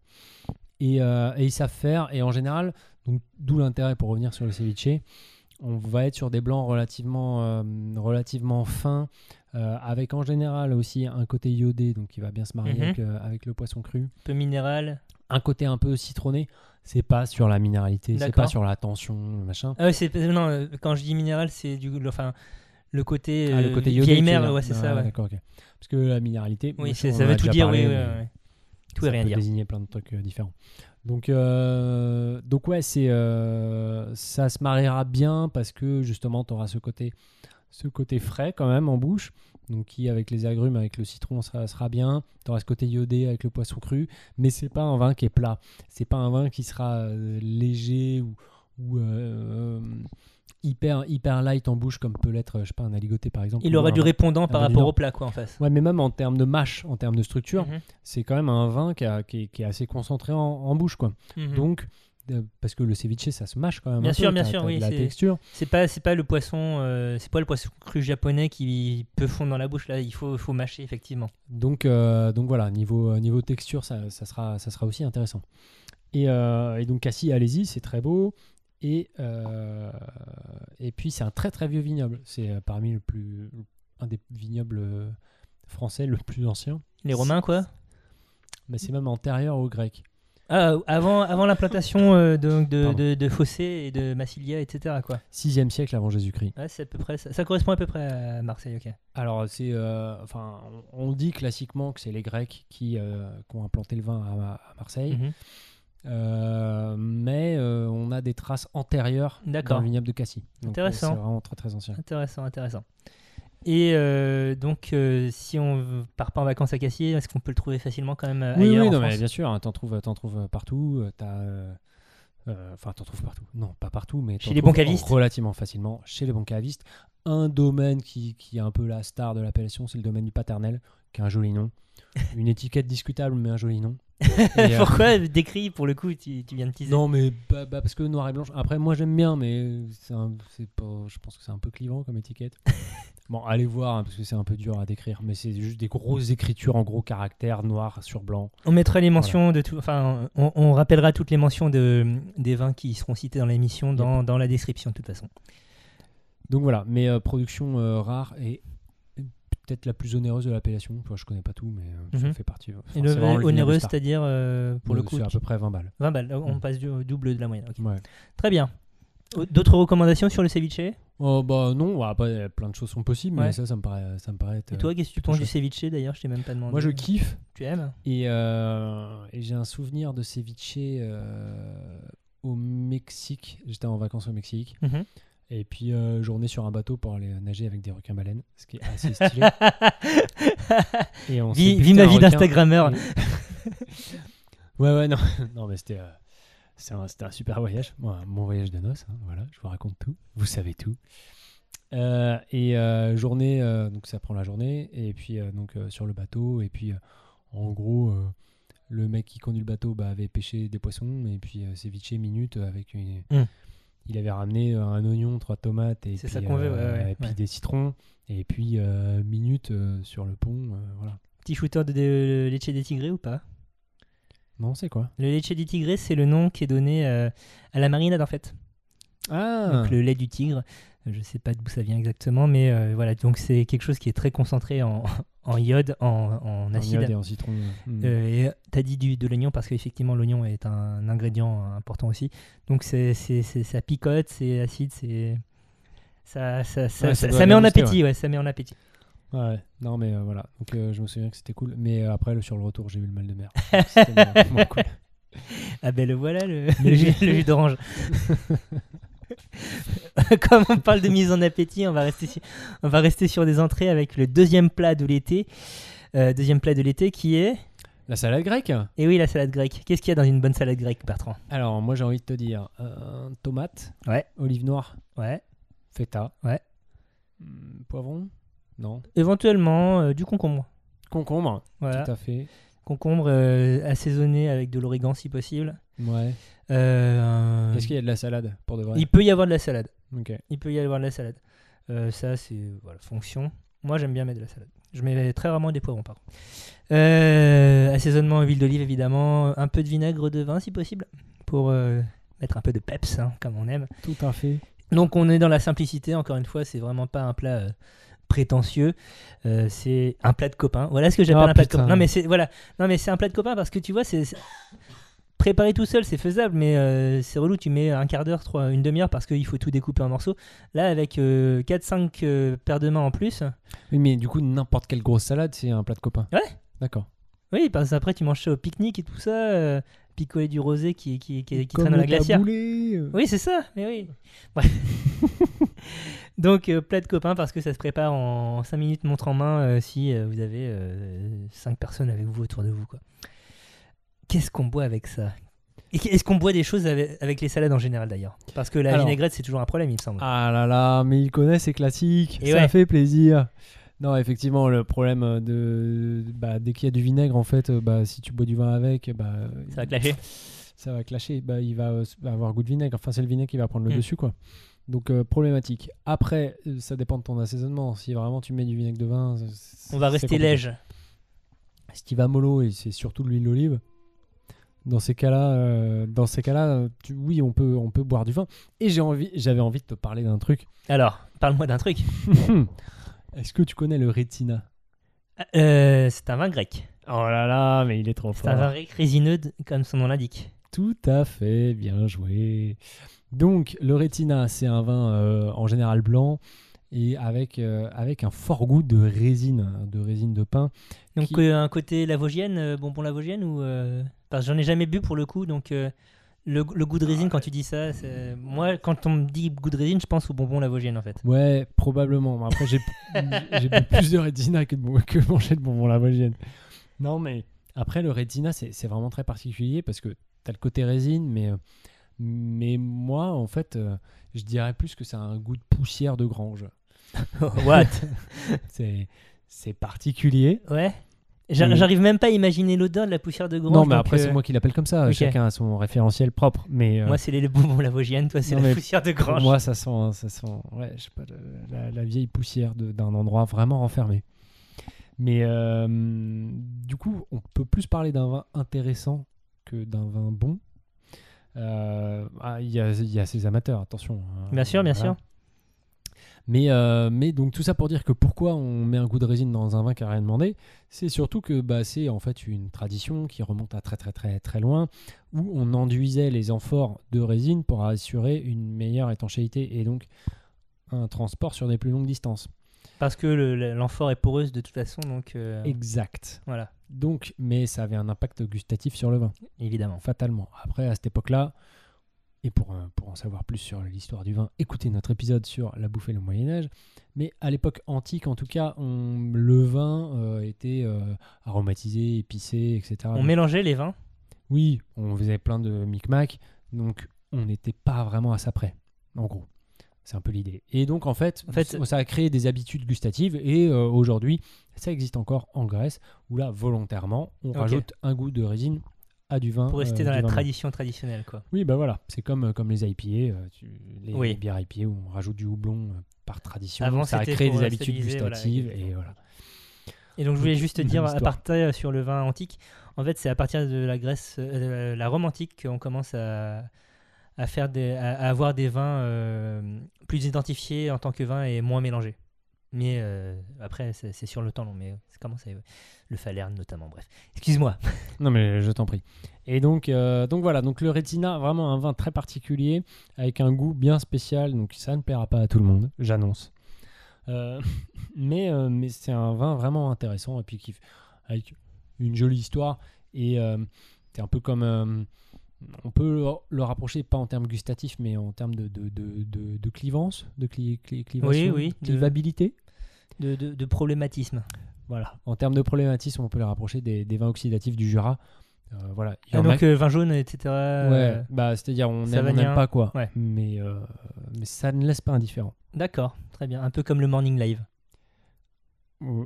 Speaker 1: Et, euh, et ils savent faire. Et en général, donc d'où l'intérêt pour revenir sur le ceviche, on va être sur des blancs relativement, euh, relativement fins, euh, avec en général aussi un côté iodé, donc qui va bien se marier
Speaker 2: Mhm.
Speaker 1: avec, euh, avec le poisson cru.
Speaker 2: Un peu minéral.
Speaker 1: Un côté un peu citronné, c'est pas sur la minéralité, c'est
Speaker 2: D'accord.
Speaker 1: pas sur la tension, machin.
Speaker 2: Ah ouais, c'est non, euh, quand je dis minéral, c'est du le- enfin le côté,
Speaker 1: Ah,
Speaker 2: euh,
Speaker 1: le côté iodé,
Speaker 2: vieille
Speaker 1: tu veux
Speaker 2: mer,
Speaker 1: dire.
Speaker 2: ouais, c'est ça, ouais.
Speaker 1: Ah, D'accord, ok. Parce que la minéralité,
Speaker 2: Oui,
Speaker 1: moi,
Speaker 2: c'est-
Speaker 1: on en
Speaker 2: ça
Speaker 1: a
Speaker 2: veut tout
Speaker 1: déjà
Speaker 2: dire,
Speaker 1: parlé,
Speaker 2: oui,
Speaker 1: mais
Speaker 2: ouais, ouais. Tout
Speaker 1: ça
Speaker 2: et rien
Speaker 1: peut
Speaker 2: dire.
Speaker 1: désigner plein de trucs euh, différents. Donc, euh, donc ouais, c'est euh, ça se mariera bien parce que justement, tu auras ce côté, ce côté frais quand même en bouche. Donc, qui avec les agrumes, avec le citron, ça sera bien. Tu auras ce côté iodé avec le poisson cru, mais c'est pas un vin qui est plat. C'est pas un vin qui sera euh, léger ou, ou, euh, hyper hyper light en bouche comme peut l'être, euh, je sais pas, un aligoté par exemple.
Speaker 2: Il
Speaker 1: ou
Speaker 2: aura
Speaker 1: un
Speaker 2: du répondant par
Speaker 1: vin du
Speaker 2: rapport
Speaker 1: Nord.
Speaker 2: au plat quoi en face.
Speaker 1: Ouais, mais même en termes de mâche, en termes de structure,
Speaker 2: Mhm,
Speaker 1: c'est quand même un vin qui, a- qui est- qui est assez concentré en, en bouche, quoi.
Speaker 2: mhm.
Speaker 1: Donc, euh, parce que le ceviche, ça se mâche quand même.
Speaker 2: Bien
Speaker 1: un
Speaker 2: sûr,
Speaker 1: peu,
Speaker 2: bien
Speaker 1: t'as-
Speaker 2: sûr,
Speaker 1: t'as
Speaker 2: oui,
Speaker 1: De la
Speaker 2: c'est-
Speaker 1: texture.
Speaker 2: c'est pas c'est pas le poisson euh, c'est pas le poisson cru japonais qui peut fondre dans la bouche là, il faut faut mâcher effectivement.
Speaker 1: Donc, euh, donc voilà, niveau, euh, niveau texture, ça, ça sera, ça sera aussi intéressant. Et, euh, et donc, Cassis, allez-y, c'est très beau. Et, euh, et puis, c'est un très très vieux vignoble. C'est euh, parmi le plus, un des vignobles euh, français le plus ancien.
Speaker 2: Les romains quoi
Speaker 1: Mais
Speaker 2: Mm.
Speaker 1: c'est même antérieur aux Grecs.
Speaker 2: Ah, avant avant l'implantation euh, de, de,
Speaker 1: Pardon.
Speaker 2: de, de fossés et de massilia etc quoi.
Speaker 1: 6e siècle avant Jésus-Christ.
Speaker 2: Ouais, c'est à peu près ça. ça correspond à peu près à Marseille, OK.
Speaker 1: Alors, c'est, euh, enfin, on on dit classiquement que c'est les Grecs qui, euh, qui ont implanté le vin à, à Marseille,
Speaker 2: Mhm.
Speaker 1: Euh, mais euh, on a des traces antérieures
Speaker 2: D'accord.
Speaker 1: dans le vignoble de Cassis. Donc, euh,
Speaker 2: Intéressant.
Speaker 1: C'est vraiment très très ancien.
Speaker 2: Intéressant, intéressant. Et euh, donc, euh, si on part pas en vacances à Cassier, est-ce qu'on peut le trouver facilement quand même euh,
Speaker 1: Oui,
Speaker 2: ailleurs
Speaker 1: oui,
Speaker 2: en
Speaker 1: non,
Speaker 2: France
Speaker 1: mais bien sûr, hein, t'en trouves, t'en trouves partout. euh, T'as, euh, euh, enfin, t'en trouves partout. Non, pas partout, mais t'en
Speaker 2: Chez les
Speaker 1: trouves
Speaker 2: bons cavistes.
Speaker 1: Relativement facilement chez les bons cavistes. Un domaine qui, qui est un peu la star de l'appellation, c'est le domaine du paternel, qui a un joli [laughs] nom. Une étiquette discutable, mais un joli [laughs] nom.
Speaker 2: [laughs]
Speaker 1: Et, euh,
Speaker 2: Pourquoi décrit pour le coup tu, tu viens de teaser
Speaker 1: non, mais bah, bah, parce que noir et blanc. Après, moi j'aime bien, mais c'est un- c'est pas, je pense que c'est un peu clivant comme étiquette.
Speaker 2: [laughs]
Speaker 1: bon, allez voir, hein, parce que c'est un peu dur à décrire, mais c'est juste des grosses écritures en gros caractères noir sur blanc.
Speaker 2: On mettra les mentions de tout. Enfin, on, on rappellera toutes les mentions de, des vins qui seront cités dans l'émission dans, dans la description de toute façon.
Speaker 1: Donc voilà, mais euh, production euh, rare et peut-être la plus onéreuse de l'appellation. Enfin, je connais pas tout, mais euh, ça
Speaker 2: Mhm.
Speaker 1: fait partie. euh, enfin,
Speaker 2: Et
Speaker 1: c'est
Speaker 2: le
Speaker 1: vraiment le vignoble
Speaker 2: onéreux,
Speaker 1: star.
Speaker 2: c'est-à-dire euh, pour le
Speaker 1: Euh,
Speaker 2: coup
Speaker 1: c'est à
Speaker 2: tu-
Speaker 1: peu près 20 balles.
Speaker 2: 20 balles. On
Speaker 1: Mm.
Speaker 2: passe du, au double de la moyenne. ok.
Speaker 1: Ouais.
Speaker 2: Très bien. Au- D'autres recommandations sur le ceviche Et
Speaker 1: Oh, bah non, ouais, après, euh, plein de choses sont possibles, mais
Speaker 2: Ouais.
Speaker 1: ça, ça me paraît, ça me paraît. être, euh,
Speaker 2: toi, qu'est-ce que tu
Speaker 1: plutôt
Speaker 2: penses du
Speaker 1: chouette.
Speaker 2: ceviche d'ailleurs Je t'ai même pas demandé.
Speaker 1: Moi, je kiffe
Speaker 2: Tu aimes
Speaker 1: et, euh, et j'ai un souvenir de ceviche euh, au Mexique. J'étais en vacances au Mexique
Speaker 2: Mhm.
Speaker 1: et puis euh, journée sur un bateau pour aller nager avec des requins baleines, ce qui est assez
Speaker 2: [laughs]
Speaker 1: stylé. et on s'est
Speaker 2: Vis
Speaker 1: buté
Speaker 2: vis ma
Speaker 1: un
Speaker 2: vie
Speaker 1: requin.
Speaker 2: d'Instagrammeur. Mmh.
Speaker 1: Et- [laughs] ouais, ouais, non. Non, mais c'était. euh, c'est un- C'était un, super voyage, Moi, mon voyage de noces, hein, voilà, je vous raconte tout, vous savez tout. Euh, et euh, journée, euh, donc ça prend la journée, et puis euh, donc euh, sur le bateau, et puis euh, en gros, euh, le mec qui conduit le bateau bah, avait pêché des poissons, et puis euh, ceviche minute avec une...
Speaker 2: Mm.
Speaker 1: Il avait ramené euh, un oignon, trois tomates, et
Speaker 2: C'est
Speaker 1: puis, euh,
Speaker 2: ça qu'on veut, ouais, ouais,
Speaker 1: et puis
Speaker 2: ouais.
Speaker 1: des citrons, et puis euh, minute euh, sur le pont, euh, voilà.
Speaker 2: Petit shooter de, de Leche des Tigrés ou pas
Speaker 1: Non, c'est quoi
Speaker 2: Le Leche des Tigrés, c'est le nom qui est donné euh, à la marinade en fait.
Speaker 1: Ah
Speaker 2: donc le lait du tigre. Euh, Je sais pas d'où ça vient exactement, mais euh, voilà, donc c'est quelque chose qui est très concentré en, [laughs] en iode, en, en
Speaker 1: En
Speaker 2: acide.
Speaker 1: iode et en citron. Mm.
Speaker 2: Euh, et t'as dit du, de l'oignon parce qu'effectivement l'oignon est un ingrédient important aussi. Donc c'est, c'est, c'est- ça picote, c'est acide, c'est ça, ça, ça,
Speaker 1: Ouais, ça
Speaker 2: ça-
Speaker 1: doit
Speaker 2: ça met en
Speaker 1: déguster,
Speaker 2: appétit, ouais. ça met en appétit.
Speaker 1: Ouais, non mais euh, voilà, donc euh, je me souviens que c'était cool, mais euh, après le- sur le retour j'ai eu le mal de
Speaker 2: [laughs]
Speaker 1: mer. Donc, c'était [laughs] moins- moins cool.
Speaker 2: Ah ben le voilà le, [laughs] le jus, le jus d'orange. [laughs] Comme on parle de mise en appétit, on va rester sur, on va rester sur des entrées avec le deuxième plat de l'été. Euh, deuxième plat de l'été qui est
Speaker 1: La salade grecque
Speaker 2: Et oui, la salade grecque. Qu'est-ce qu'il y a dans une bonne salade grecque, Bertrand
Speaker 1: Alors moi j'ai envie de te dire, euh, tomate,
Speaker 2: Ouais.
Speaker 1: olive noire,
Speaker 2: Ouais.
Speaker 1: feta,
Speaker 2: Ouais.
Speaker 1: Hmm, poivron, non,
Speaker 2: Éventuellement euh, du concombre.
Speaker 1: concombre,
Speaker 2: Voilà.
Speaker 1: tout à fait,
Speaker 2: Concombre euh, assaisonné avec de l'origan si possible.
Speaker 1: ouais.
Speaker 2: Euh,
Speaker 1: Est-ce qu'il y a de la salade pour de vrai
Speaker 2: Il peut y avoir de la salade.
Speaker 1: Ok.
Speaker 2: Il peut y avoir de la salade. Euh, ça, c'est voilà, fonction. Moi, j'aime bien mettre de la salade. Je mets très rarement des poivrons, par contre. Euh, assaisonnement huile d'olive, évidemment. Un peu de vinaigre de vin, si possible, pour euh, mettre un peu de peps, hein, comme on aime.
Speaker 1: Tout à fait.
Speaker 2: Donc on est dans la simplicité, encore une fois, c'est vraiment pas un plat euh, prétentieux, Euh, c'est un plat de copain. Voilà ce que j'appelle
Speaker 1: Ah,
Speaker 2: un plat de
Speaker 1: putain.
Speaker 2: copain. Non mais c'est voilà, non mais c'est un plat de copain parce que tu vois, c'est c'est- préparé tout seul, c'est faisable, mais euh, c'est relou. Tu mets un quart d'heure, trois, une demi-heure parce qu'il faut tout découper en morceaux. Là, avec euh, 4-5 paires de mains en plus,
Speaker 1: Oui mais du coup n'importe quelle grosse salade c'est un plat de copain.
Speaker 2: Ouais.
Speaker 1: D'accord.
Speaker 2: oui, parce qu'après tu manges ça au pique-nique et tout ça, euh, picoler du rosé qui, qui, qui, qui
Speaker 1: Comme
Speaker 2: traîne dans la
Speaker 1: le
Speaker 2: glacière.
Speaker 1: taboulé, euh.
Speaker 2: Oui, c'est ça, mais oui. Bref. [laughs] Donc, euh, plat de copain parce que ça se prépare en 5 minutes, montre en main, euh, si euh, vous avez 5 personnes avec vous autour de vous. quoi. Qu'est-ce qu'on boit avec ça Et qu- Est-ce qu'on boit des choses avec, avec les salades en général d'ailleurs Parce que la
Speaker 1: Alors.
Speaker 2: vinaigrette, c'est toujours un problème, il me semble.
Speaker 1: Ah là là, mais il connaît ses classiques,
Speaker 2: Et
Speaker 1: ça
Speaker 2: ouais.
Speaker 1: fait plaisir. Non, effectivement, le problème euh, de bah, dès qu'il y a du vinaigre, en fait, euh, bah, si tu bois du vin avec, bah,
Speaker 2: Ça va clasher.
Speaker 1: ça va clasher. Bah, il va euh, s- avoir goût de vinaigre. Enfin, c'est le vinaigre qui va prendre le
Speaker 2: Mm.
Speaker 1: dessus, quoi. Donc euh, problématique. Après, euh, ça dépend de ton assaisonnement. Si vraiment tu mets du vinaigre de vin, c- c-
Speaker 2: On va
Speaker 1: c'est
Speaker 2: rester
Speaker 1: compliqué.
Speaker 2: léger.
Speaker 1: Si tu vas mollo et c'est surtout de l'huile d'olive, dans ces cas-là, euh, dans ces cas-là, euh, tu- oui, on peut, on peut boire du vin. Et j'ai envie, j'avais envie de te parler d'un truc.
Speaker 2: Alors, parle-moi d'un truc.
Speaker 1: Hum. Est-ce que tu connais le rétina
Speaker 2: Euh, c'est un vin grec.
Speaker 1: Oh là là, mais il est trop
Speaker 2: C'est un vin grec résineux, de- comme son nom l'indique.
Speaker 1: Tout à fait, bien joué. Donc, le rétina, c'est un vin euh, en général blanc et avec, euh, avec un fort goût de résine, hein, de résine de pain.
Speaker 2: Donc
Speaker 1: Qui-
Speaker 2: euh, un côté lavogienne, euh, bonbon lavogienne ou euh, parce que j'en ai jamais bu pour le coup, donc euh, Le, le goût de
Speaker 1: Ah,
Speaker 2: résine, quand tu dis ça, c'est- moi, quand on me dit goût de résine, je pense aux bonbons Lavogène
Speaker 1: [laughs]
Speaker 2: en fait.
Speaker 1: Ouais, probablement. Mais après, j'ai [laughs] j'ai bu plus de Retina que, de, bon- que manger de bonbons lavogène. Non, mais après, le Retina, c'est c'est vraiment très particulier parce que t'as le côté résine, mais, euh, mais moi, en fait, euh, je dirais plus que c'est un goût de poussière de grange. Oh.
Speaker 2: What
Speaker 1: C'est c'est particulier.
Speaker 2: Ouais. J'a-
Speaker 1: Mais-
Speaker 2: J'arrive même pas à imaginer l'odeur de la poussière de grange.
Speaker 1: non, mais
Speaker 2: donc,
Speaker 1: après,
Speaker 2: euh,
Speaker 1: c'est moi qui l'appelle comme ça.
Speaker 2: ok.
Speaker 1: Chacun a son référentiel propre. Mais, euh,
Speaker 2: Moi, c'est les, les bonbons Lavogienne, toi, c'est
Speaker 1: Non,
Speaker 2: la
Speaker 1: mais
Speaker 2: poussière de
Speaker 1: Pour
Speaker 2: grange.
Speaker 1: moi, ça sent, ça sent ouais, je sais pas, le- la, la vieille poussière de- d'un endroit vraiment renfermé. Mais euh, du coup, on peut plus parler d'un vin intéressant que d'un vin bon. Euh, ah, Il y, a, il y a ces amateurs, attention. hein.
Speaker 2: Bien sûr, bien
Speaker 1: Voilà.
Speaker 2: sûr.
Speaker 1: Mais, euh, mais donc tout ça pour dire que pourquoi on met un goût de résine dans un vin qui n'a rien demandé, c'est surtout que bah, c'est en fait une tradition qui remonte à très très très très loin, où on enduisait les amphores de résine pour assurer une meilleure étanchéité et donc un transport sur des plus longues distances.
Speaker 2: Parce que le- le- l'amphore est poreuse de toute façon, donc euh,
Speaker 1: Exact.
Speaker 2: voilà,
Speaker 1: Donc, mais ça avait un impact gustatif sur le vin,
Speaker 2: évidemment.
Speaker 1: fatalement. Après, à cette époque-là, et pour, euh, pour en savoir plus sur l'histoire du vin, écoutez notre épisode sur la bouffée le Moyen Âge. Mais à l'époque antique, en tout cas, on- le vin euh, était euh, aromatisé, épicé, etc.
Speaker 2: On
Speaker 1: Donc,
Speaker 2: mélangeait les vins.
Speaker 1: Oui, on faisait plein de micmacs, donc on n'était pas vraiment à ça près, en gros. C'est un peu l'idée. Et donc, en fait,
Speaker 2: En fait,
Speaker 1: ça a créé des habitudes gustatives. Et euh, aujourd'hui, ça existe encore en Grèce, où là, volontairement, on
Speaker 2: Ok.
Speaker 1: rajoute un goût de résine à du vin.
Speaker 2: Pour rester
Speaker 1: euh,
Speaker 2: dans
Speaker 1: du
Speaker 2: la
Speaker 1: vin blanc.
Speaker 2: tradition traditionnelle, quoi.
Speaker 1: Oui, bah voilà, c'est comme, euh, comme les IPA, euh, tu- les,
Speaker 2: Oui.
Speaker 1: les bières IPA où on rajoute du houblon euh, par tradition.
Speaker 2: Avant,
Speaker 1: ça a
Speaker 2: c'était
Speaker 1: créé
Speaker 2: pour
Speaker 1: des habitudes
Speaker 2: stabiliser, voilà,
Speaker 1: gustatives et
Speaker 2: exactement.
Speaker 1: voilà.
Speaker 2: Et donc, je voulais juste te
Speaker 1: Même
Speaker 2: dire, à
Speaker 1: histoire.
Speaker 2: partir sur le vin antique, en fait, c'est à partir de la Grèce, euh, de la Rome antique, qu'on commence à, à faire des, à, à avoir des vins euh, plus identifiés en tant que vins et moins mélangés. Mais euh, après, c'est c'est sur le temps long, mais c'est comment ça Le falerne, notamment, bref. Excuse-moi.
Speaker 1: Non mais je t'en prie. Et donc, euh, donc voilà, donc le Retina, vraiment un vin très particulier, avec un goût bien spécial, donc ça ne plaira pas à tout le monde, j'annonce. Euh, [laughs] mais euh, mais c'est un vin vraiment intéressant, et puis qui, avec une jolie histoire, et euh, c'est un peu comme... euh, on peut le- le rapprocher, pas en termes gustatifs, mais en termes de, de, de, de, de clivance, de cli, cli- clivation,
Speaker 2: oui, de-
Speaker 1: clivabilité.
Speaker 2: De, de- de problématisme.
Speaker 1: Voilà. En termes de problématisme, on peut le rapprocher des, des vins oxydatifs du Jura. Euh, voilà. Il y
Speaker 2: Ah,
Speaker 1: en a
Speaker 2: donc, euh, vin jaune, euh, etc.
Speaker 1: Ouais, bah c'est-à-dire on
Speaker 2: ça
Speaker 1: aime,
Speaker 2: va
Speaker 1: on n'aime
Speaker 2: bien.
Speaker 1: pas quoi.
Speaker 2: Ouais.
Speaker 1: Mais, euh, mais ça ne laisse pas indifférent.
Speaker 2: D'accord, très bien. Un peu comme le Morning
Speaker 1: [laughs]
Speaker 2: Live,
Speaker 1: euh,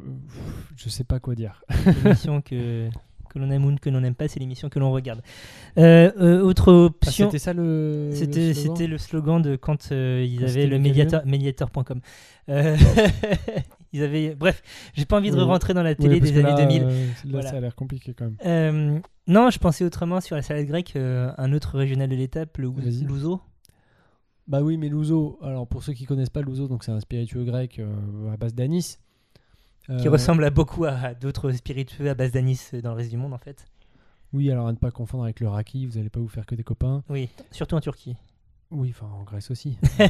Speaker 1: Je sais pas quoi dire.
Speaker 2: l'émission que, que l'on aime ou que l'on n'aime pas, c'est l'émission que l'on regarde. Euh, euh, autre
Speaker 1: Ah,
Speaker 2: option,
Speaker 1: c'était ça le.
Speaker 2: c'était
Speaker 1: le slogan
Speaker 2: c'était le slogan de quand euh, ils
Speaker 1: Quand
Speaker 2: avaient
Speaker 1: c'était
Speaker 2: le
Speaker 1: le
Speaker 2: médiateur, médiateur.com. Euh, [laughs] ils avaient, bref, j'ai pas envie de
Speaker 1: Oui.
Speaker 2: rentrer dans la
Speaker 1: Ouais,
Speaker 2: télé
Speaker 1: parce
Speaker 2: des
Speaker 1: que
Speaker 2: années
Speaker 1: là,
Speaker 2: 2000.
Speaker 1: euh, là,
Speaker 2: Voilà.
Speaker 1: ça a l'air compliqué quand même.
Speaker 2: Euh, non, je pensais autrement sur la salade grecque, euh, un autre régional de l'étape, le
Speaker 1: Vas-y.
Speaker 2: Louzo.
Speaker 1: Bah oui, mais l'ouzo. Alors pour ceux qui connaissent pas l'ouzo, donc c'est un spiritueux grec euh, à base d'anis.
Speaker 2: qui
Speaker 1: Euh,
Speaker 2: ressemble à beaucoup à, à d'autres spiritueux à base d'anis euh, dans le reste du monde en fait.
Speaker 1: Oui, alors à ne pas confondre avec le raki. Vous allez pas vous faire que des copains.
Speaker 2: Oui, surtout en Turquie.
Speaker 1: Oui, enfin en Grèce
Speaker 2: [laughs]
Speaker 1: aussi. Enfin,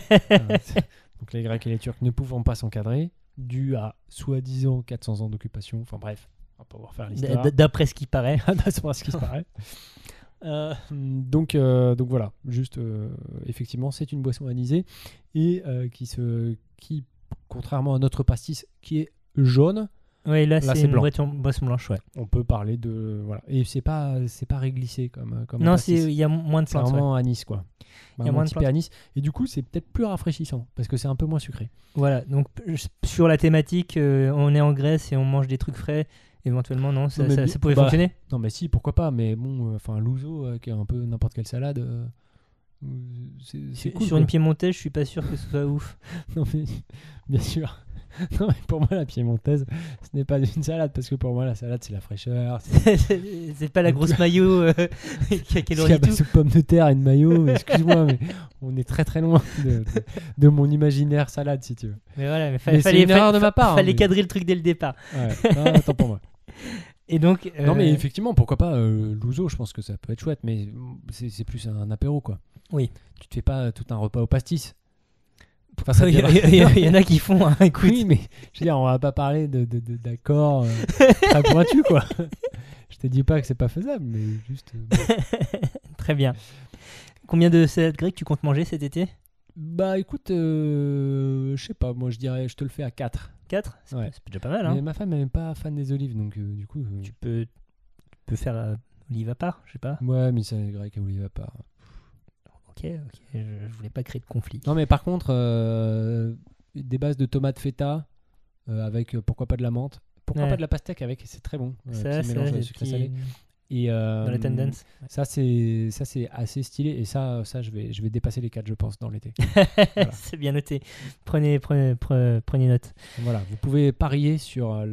Speaker 1: c'est- donc les Grecs et les Turcs ne pouvant pas s'encadrer, dû à soi-disant 400 ans d'occupation. Enfin bref, on va pas pouvoir faire
Speaker 2: Bah,
Speaker 1: l'histoire.
Speaker 2: D- D'après ce qui paraît.
Speaker 1: [laughs] à savoir Ah, ce qui se
Speaker 2: [laughs]
Speaker 1: paraît. Euh, donc, euh, donc voilà, juste euh, effectivement, c'est une boisson anisée et euh, qui, se, qui, contrairement à notre pastis qui est jaune,
Speaker 2: Oui,
Speaker 1: Là,
Speaker 2: là, c'est
Speaker 1: c'est
Speaker 2: une
Speaker 1: blanc.
Speaker 2: boisson, boisson blanche, ouais.
Speaker 1: on peut parler de. Voilà. Et c'est pas, c'est pas réglissé comme, comme un
Speaker 2: non, c'est-
Speaker 1: pastis.
Speaker 2: il y a moins de
Speaker 1: C'est
Speaker 2: plantes. ouais.
Speaker 1: vraiment anis quoi.
Speaker 2: y a
Speaker 1: Vraiment
Speaker 2: moins de
Speaker 1: typé
Speaker 2: plantes.
Speaker 1: anis. Et du coup, c'est peut-être plus rafraîchissant parce que c'est un peu moins sucré.
Speaker 2: Voilà, donc p- sur la thématique, euh, on est en Grèce et on mange des trucs frais. Éventuellement, non, ça,
Speaker 1: Non, mais
Speaker 2: ça-
Speaker 1: bi-
Speaker 2: ça pouvait
Speaker 1: bah,
Speaker 2: fonctionner.
Speaker 1: Non, mais si, pourquoi pas, mais bon, euh, enfin, l'ouzo, euh, qui est un peu n'importe quelle salade, euh, euh, c'est c'est
Speaker 2: Sur,
Speaker 1: cool.
Speaker 2: sur une
Speaker 1: quoi.
Speaker 2: piémontaise, je suis pas sûr que ce
Speaker 1: [laughs]
Speaker 2: soit ouf.
Speaker 1: Non, mais, bien sûr. [laughs] Non, mais pour moi, la piémontaise, ce n'est pas une salade, parce que pour moi, la salade, c'est la fraîcheur. c'est-
Speaker 2: C'est- c'est c'est pas la grosse maillot euh, [laughs] qui a
Speaker 1: C'est la [laughs]
Speaker 2: calories tout.
Speaker 1: base de pommes de terre et de [laughs] maillot, excuse-moi, mais on est très très loin de, de- de mon imaginaire salade, si tu veux.
Speaker 2: Mais voilà, mais fa-
Speaker 1: Mais c'est
Speaker 2: fallait,
Speaker 1: une erreur de
Speaker 2: fa-
Speaker 1: ma part, hein,
Speaker 2: fallait
Speaker 1: mais-
Speaker 2: cadrer le truc dès le départ.
Speaker 1: Ouais, ah, attends pour moi.
Speaker 2: Et donc, euh,
Speaker 1: Non,
Speaker 2: [laughs]
Speaker 1: mais effectivement, pourquoi pas euh, l'ouzo, je pense que ça peut être chouette, mais c'est c'est plus un apéro, quoi.
Speaker 2: Oui.
Speaker 1: Tu te fais pas tout un repas au [laughs] pastis. Enfin,
Speaker 2: il y, a- il y a- il y en a qui font, hein, écoute.
Speaker 1: Oui, mais je veux dire, on va pas parler de, de- de- d'accords euh,
Speaker 2: [laughs]
Speaker 1: très pointus, quoi. je te dis pas que c'est pas faisable, mais juste. euh, bon.
Speaker 2: Très bien. Combien de salades grecques tu comptes manger cet été
Speaker 1: Bah écoute, euh, je sais pas, moi je dirais, je te le fais à 4.
Speaker 2: 4 C'est
Speaker 1: Ouais.
Speaker 2: c'est déjà pas mal. Hein.
Speaker 1: Mais ma femme elle est pas fan des olives, donc euh, du coup. euh,
Speaker 2: Tu peux, tu peux faire euh, olive à part, je sais pas.
Speaker 1: Ouais, mais c'est grec à olive à part.
Speaker 2: Ok, ok. Je, je voulais pas créer de conflit.
Speaker 1: Non, mais par contre, euh, des bases de tomates feta euh, avec euh, pourquoi pas de la menthe, pourquoi
Speaker 2: Ouais.
Speaker 1: pas de la pastèque avec, c'est très bon. euh,
Speaker 2: ça,
Speaker 1: petit
Speaker 2: c'est
Speaker 1: mélange
Speaker 2: des
Speaker 1: sucré
Speaker 2: petits-
Speaker 1: salé. Et, euh,
Speaker 2: dans la tendance.
Speaker 1: Ça c'est ça c'est assez stylé et ça ça je vais je vais dépasser les 4 je pense dans
Speaker 2: [laughs]
Speaker 1: l'été. Voilà.
Speaker 2: c'est bien noté. Prenez, prenez, pre- prenez note.
Speaker 1: voilà, vous pouvez parier sur euh,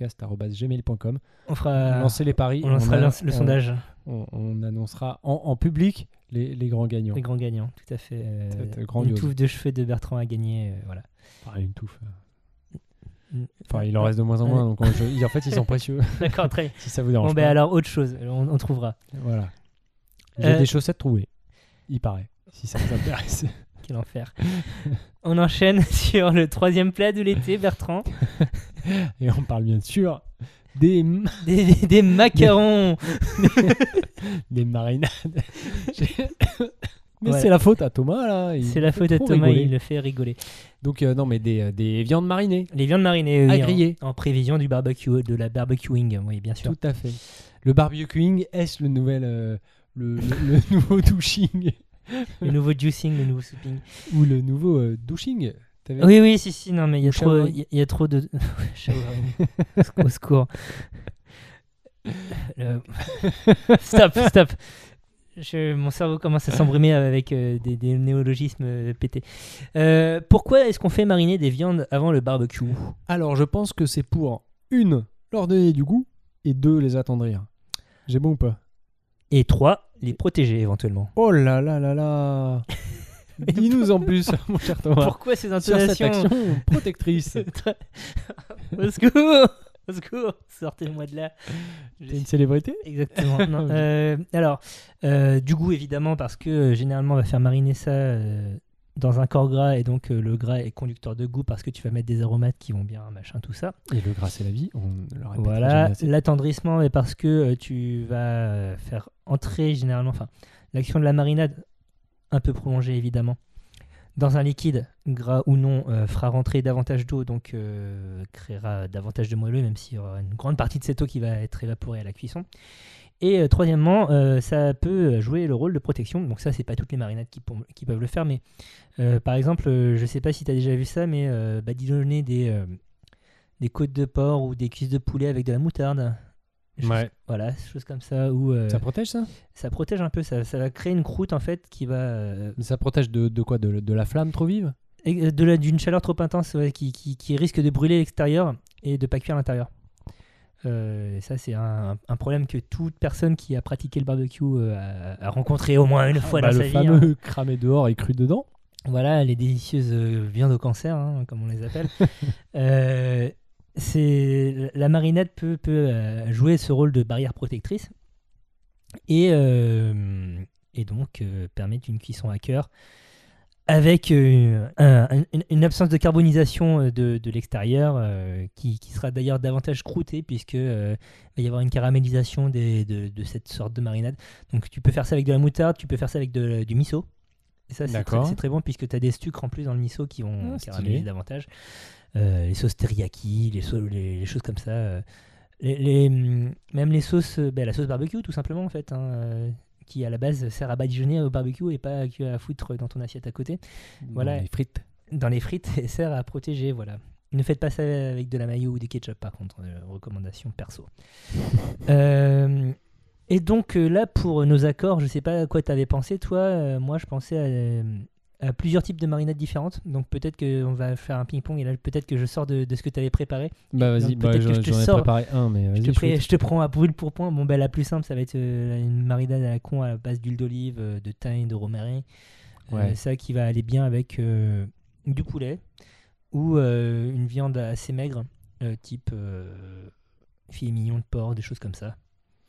Speaker 1: lagrossebouffepodcast@gmail.com.
Speaker 2: On fera,
Speaker 1: Lancez les paris,
Speaker 2: Euh, on lancera
Speaker 1: a-
Speaker 2: l'an- le
Speaker 1: on-
Speaker 2: sondage,
Speaker 1: On, on annoncera en, en public les, les grands gagnants.
Speaker 2: les grands gagnants. Tout à fait. euh,
Speaker 1: T'as- t'as
Speaker 2: une
Speaker 1: grandiose.
Speaker 2: touffe de cheveux de Bertrand a gagné. euh,
Speaker 1: [laughs]
Speaker 2: voilà.
Speaker 1: Enfin, Ah, une touffe.
Speaker 2: Mm.
Speaker 1: Enfin, il en reste de moins en moins donc on- je- ils- en fait ils sont
Speaker 2: [laughs]
Speaker 1: précieux
Speaker 2: D'accord, très bien.
Speaker 1: si ça vous dérange
Speaker 2: Bon, ben
Speaker 1: pas.
Speaker 2: alors, autre chose, on, on trouvera.
Speaker 1: Voilà. J'ai
Speaker 2: Euh,
Speaker 1: des chaussettes trouvées, il paraît, si ça vous intéresse. [laughs]
Speaker 2: Quel enfer. on enchaîne [laughs] sur le troisième plat de l'été, Bertrand.
Speaker 1: Et on parle bien sûr des, m-
Speaker 2: Des, des- des macarons.
Speaker 1: des [laughs] marinades. J'ai- mais
Speaker 2: Voilà.
Speaker 1: c'est la faute à Thomas là. [laughs] il
Speaker 2: C'est la
Speaker 1: fait
Speaker 2: faute à
Speaker 1: trop
Speaker 2: Thomas,
Speaker 1: rigoler.
Speaker 2: il le fait rigoler.
Speaker 1: Donc euh, non mais des, euh, des viandes marinées.
Speaker 2: Les viandes marinées,
Speaker 1: À
Speaker 2: oui,
Speaker 1: griller.
Speaker 2: en, en prévision du barbecue, de la barbecuing, oui, bien sûr.
Speaker 1: Tout à fait. Le barbecuing, est-ce le nouvel euh, le, le- [laughs] le nouveau douching
Speaker 2: Le nouveau juicing, le nouveau souping.
Speaker 1: ou le nouveau euh, douching T'avais-
Speaker 2: Oui, oui, si, si, non, mais il y a
Speaker 1: Ou
Speaker 2: trop,
Speaker 1: showering.
Speaker 2: il y, a trop de. [laughs] Showering. Au sec-
Speaker 1: [laughs]
Speaker 2: Au secours. Le- [laughs] Stop, stop. Je- mon cerveau commence à s'embrumer avec euh, des, des néologismes euh, pétés. Euh, pourquoi est-ce qu'on fait mariner des viandes avant le barbecue
Speaker 1: Alors je pense que c'est pour une leur donner du goût et deux les attendrir. J'ai bon ou pas
Speaker 2: Et trois, les protéger éventuellement.
Speaker 1: Oh là là là
Speaker 2: [laughs]
Speaker 1: là Dis-nous en plus, mon cher Thomas.
Speaker 2: Pourquoi ces
Speaker 1: sur cette
Speaker 2: intonations
Speaker 1: action protectrice.
Speaker 2: [laughs] Au secours Au secours Sortez-moi de là. Je
Speaker 1: T'es
Speaker 2: suis-
Speaker 1: une célébrité
Speaker 2: Exactement. Non, euh, alors, euh, du goût, évidemment, parce que euh, généralement, on va faire mariner ça euh, dans un corps gras, et donc euh, le gras est conducteur de goût parce que tu vas mettre des aromates qui vont bien, machin, tout ça.
Speaker 1: Et le gras c'est la vie, on ne le répète
Speaker 2: Voilà.
Speaker 1: jamais assez.
Speaker 2: L'attendrissement est parce que euh, tu vas euh, faire entrer, généralement, enfin, l'action de la marinade, un peu prolongée, évidemment, dans un liquide, gras ou non, euh, fera rentrer davantage d'eau, donc euh, créera davantage de moelleux, même s'il y aura une grande partie de cette eau qui va être évaporée à la cuisson. Et euh, troisièmement, euh, ça peut jouer le rôle de protection. Donc ça, c'est pas toutes les marinades qui, pom- qui peuvent le faire, mais euh, par exemple, euh, je sais pas si tu as déjà vu ça, mais euh, badigeonner des, euh, des côtes de porc ou des cuisses de poulet avec de la moutarde. Chose-
Speaker 1: Ouais.
Speaker 2: Voilà, choses comme ça, où euh,
Speaker 1: Ça protège ça
Speaker 2: ça protège un peu, ça, ça va créer une croûte en fait qui va... euh,
Speaker 1: Mais ça protège de, de quoi de, de la flamme trop vive
Speaker 2: et- euh, de la- d'une chaleur trop intense ouais, qui, qui- qui risque de brûler l'extérieur et de pas cuire l'intérieur. Euh, ça, c'est un, un problème que toute personne qui a pratiqué le barbecue euh, a, a rencontré au moins une fois
Speaker 1: Bah,
Speaker 2: dans
Speaker 1: Le
Speaker 2: sa vie. hein.
Speaker 1: fameux [laughs] cramé dehors et cru dedans.
Speaker 2: Voilà, les délicieuses euh, viandes au cancer, hein, comme on les appelle. Euh, c'est- la marinade peut, peut, euh, jouer ce rôle de barrière protectrice et, euh, et donc euh, permettre une cuisson à cœur avec euh, un- un- une- une absence de carbonisation euh, de, de l'extérieur euh, qui, qui sera d'ailleurs davantage croûtée puisque euh, il va y avoir une caramélisation des- de, de cette sorte de marinade. Donc tu peux faire ça avec de la moutarde, tu peux faire ça avec de- du miso. Et ça, c'est
Speaker 1: D'accord.
Speaker 2: très, c'est très bon puisque tu as des sucres en plus dans le miso qui vont
Speaker 1: Ah, stylé.
Speaker 2: caraméliser davantage. Euh, les sauces teriyaki, les, sau- les- les choses comme ça. euh, les, les, hum, même les sauces, euh, ben, la sauce barbecue tout simplement en fait, hein, euh, qui à la base sert à badigeonner au barbecue et pas que à foutre dans ton assiette à côté. Voilà.
Speaker 1: Dans les frites.
Speaker 2: Dans les frites, et sert à protéger, voilà. Ne faites pas ça avec de la mayo ou du ketchup par contre, euh, recommandation
Speaker 1: [laughs]
Speaker 2: perso. Euh, et donc euh, là pour nos accords, je sais pas à quoi tu avais pensé toi, euh, moi je pensais à, euh, à plusieurs types de marinades différentes, donc peut-être qu'on va faire un ping-pong et là peut-être que je sors de, de ce que tu avais préparé.
Speaker 1: Bah vas-y,
Speaker 2: Donc,
Speaker 1: bah,
Speaker 2: peut-être que
Speaker 1: j'en
Speaker 2: je te
Speaker 1: j'en ai
Speaker 2: sors.
Speaker 1: préparé un, mais
Speaker 2: Je
Speaker 1: vas-y.
Speaker 2: te, pré-
Speaker 1: shoot.
Speaker 2: je te prends à brûle pour point. Bon, ben, la plus simple, ça va être euh, une marinade à la con à la base d'huile d'olive, euh, de thym et de romarin. Euh,
Speaker 1: Ouais.
Speaker 2: ça qui va aller bien avec euh, du poulet ou euh, une viande assez maigre, euh, type euh, filet mignon de porc, des choses comme ça.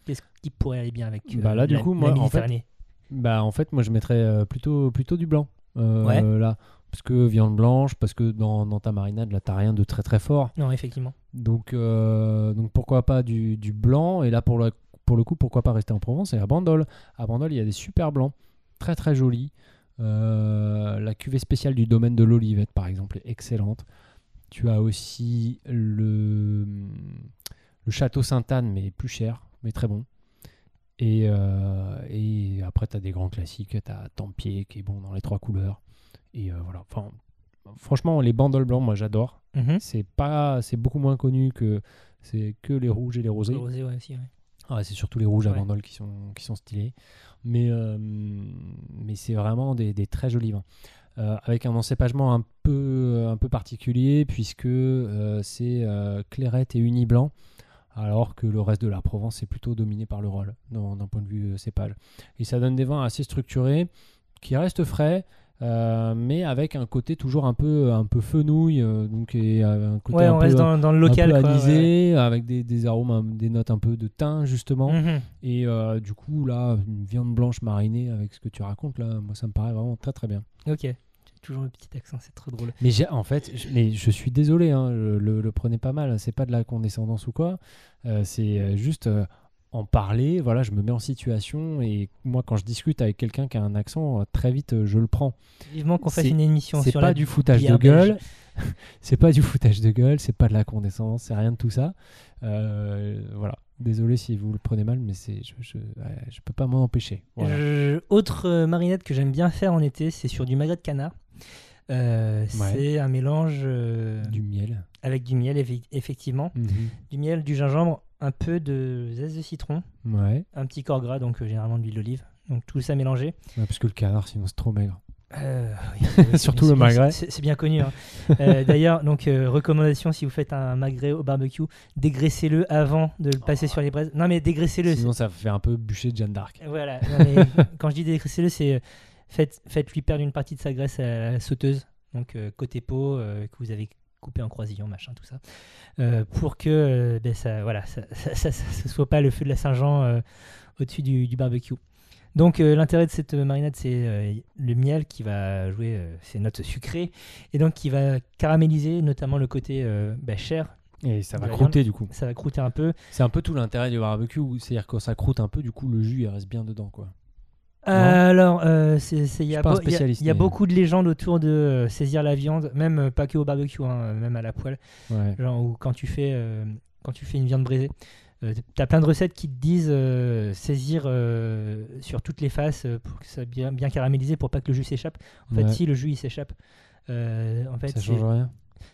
Speaker 2: Qu'est-ce qui pourrait aller bien avec euh,
Speaker 1: Bah là, du
Speaker 2: la-
Speaker 1: coup,
Speaker 2: la
Speaker 1: moi, en fait,
Speaker 2: Méditerranée
Speaker 1: Bah en fait, moi je mettrais euh, plutôt, plutôt du blanc. euh,
Speaker 2: Ouais.
Speaker 1: Là. Parce que viande blanche, parce que dans, dans ta marinade, là, t'as rien de très très fort.
Speaker 2: Non, effectivement.
Speaker 1: Donc, euh, donc pourquoi pas du, du blanc. Et là, pour, la- pour le coup, pourquoi pas rester en Provence Et à Bandol. À Bandol, il y a des super blancs, très très jolis. Euh, la cuvée spéciale du domaine de l'Olivette, par exemple, est excellente. Tu as aussi le, le château Sainte-Anne, mais plus cher, mais très bon. Et, euh, et après, tu as des grands classiques. Tu as Tempier, qui est bon dans les trois couleurs. Et euh, voilà. Enfin, franchement, les bandoles blancs, moi, j'adore.
Speaker 2: Mhm.
Speaker 1: C'est pas, c'est beaucoup moins connu que c'est que les rouges et les rosés.
Speaker 2: Rosé, ouais, aussi, ouais.
Speaker 1: Ah, c'est surtout les rouges à
Speaker 2: Ouais.
Speaker 1: Bandol qui sont, qui sont stylés. Mais, euh, mais c'est vraiment des, des très jolis vins. Euh, avec un encépagement un peu, un peu particulier, puisque euh, c'est euh, clairette et uni blanc, alors que le reste de la Provence est plutôt dominé par le rôle, d'un point de vue euh, cépage. Et ça donne des vins assez structurés, qui restent frais. euh, mais avec un côté toujours un peu un peu fenouil euh, donc et euh, un côté
Speaker 2: Ouais,
Speaker 1: un
Speaker 2: on
Speaker 1: peu-
Speaker 2: reste dans, dans le local.
Speaker 1: un peu
Speaker 2: quoi, ouais.
Speaker 1: anisé, avec des, des arômes, un- des notes un peu de thym justement.
Speaker 2: Mhm.
Speaker 1: Et euh, du coup, là, une viande blanche marinée avec ce que tu racontes, là, moi, ça me paraît vraiment très très bien.
Speaker 2: Ok. J'ai toujours le petit accent, c'est trop drôle.
Speaker 1: Mais j'ai- en fait, je, mais je suis désolé, hein, je- le, le prenez pas mal, hein, c'est pas de la condescendance ou quoi, Euh, c'est euh, juste euh, en parler, voilà, je me mets en situation et moi, quand je discute avec quelqu'un qui a un accent, euh, très vite, euh, je le prends.
Speaker 2: Vivement qu'on fasse
Speaker 1: C'est-
Speaker 2: une émission
Speaker 1: C'est
Speaker 2: sur
Speaker 1: pas
Speaker 2: la
Speaker 1: du foutage de
Speaker 2: bière
Speaker 1: gueule. [laughs] c'est pas du foutage de gueule. C'est pas de la condescendance. C'est rien de tout ça. Euh, voilà. Désolé si vous le prenez mal, mais c'est je, je, ouais, je peux pas m'en empêcher. Voilà.
Speaker 2: Je- Autre euh, marinade que j'aime bien faire en été, c'est sur du magret de canard. Euh, C'est un mélange euh,
Speaker 1: Du miel.
Speaker 2: avec du miel, effe- effectivement. Du miel, du gingembre, un peu de zeste de citron,
Speaker 1: Ouais.
Speaker 2: un petit corps gras, donc euh, généralement de l'huile d'olive. Donc tout ça mélangé.
Speaker 1: Ouais, parce que le canard, sinon c'est trop maigre.
Speaker 2: Euh,
Speaker 1: [laughs]
Speaker 2: oui, c'est- c'est
Speaker 1: Surtout
Speaker 2: bien-
Speaker 1: le magret.
Speaker 2: C'est c'est bien connu. hein.
Speaker 1: [laughs]
Speaker 2: Euh, D'ailleurs, donc euh, recommandation si vous faites un magret au barbecue, dégraissez-le avant de le
Speaker 1: Ah.
Speaker 2: passer sur les braises. Non mais dégraissez-le.
Speaker 1: Sinon, ça fait un peu bûcher de Jeanne d'Arc.
Speaker 2: Voilà. non, mais quand je dis dégraissez-le, c'est euh, faites, faites-lui perdre une partie de sa graisse à la sauteuse, donc euh, côté peau euh, que vous avez coupé en croisillon, machin, tout ça, euh, pour que euh, ben, ça, voilà, ça, ça, ça- ça- ça soit pas le feu de la Saint-Jean euh, au-dessus du, du barbecue. Donc euh, l'intérêt de cette euh, marinade, c'est euh, le miel qui va jouer euh, ses notes sucrées et donc qui va caraméliser notamment le côté euh, ben, chair.
Speaker 1: Et ça va
Speaker 2: Rien.
Speaker 1: croûter du coup.
Speaker 2: Ça va croûter un peu.
Speaker 1: C'est un peu tout l'intérêt du barbecue. C'est-à-dire que ça croûte un peu, du coup, le jus il reste bien dedans quoi. Non.
Speaker 2: alors, euh, c'est- c'est- il y a
Speaker 1: suis pas un
Speaker 2: beau- il y a-
Speaker 1: spécialiste,
Speaker 2: il y a
Speaker 1: mais-
Speaker 2: beaucoup de légendes autour de euh, saisir la viande, même euh, pas que au barbecue, hein, euh, même à la poêle,
Speaker 1: Ouais.
Speaker 2: genre ou quand tu fais euh, quand tu fais une viande braisée. Euh, T'as plein de recettes qui te disent euh, saisir euh, sur toutes les faces euh, pour que ça soit bien, bien caramélisé, pour pas que le jus s'échappe. En fait,
Speaker 1: Ouais.
Speaker 2: si le jus il s'échappe, euh, en fait,
Speaker 1: ça
Speaker 2: c'est-
Speaker 1: change rien.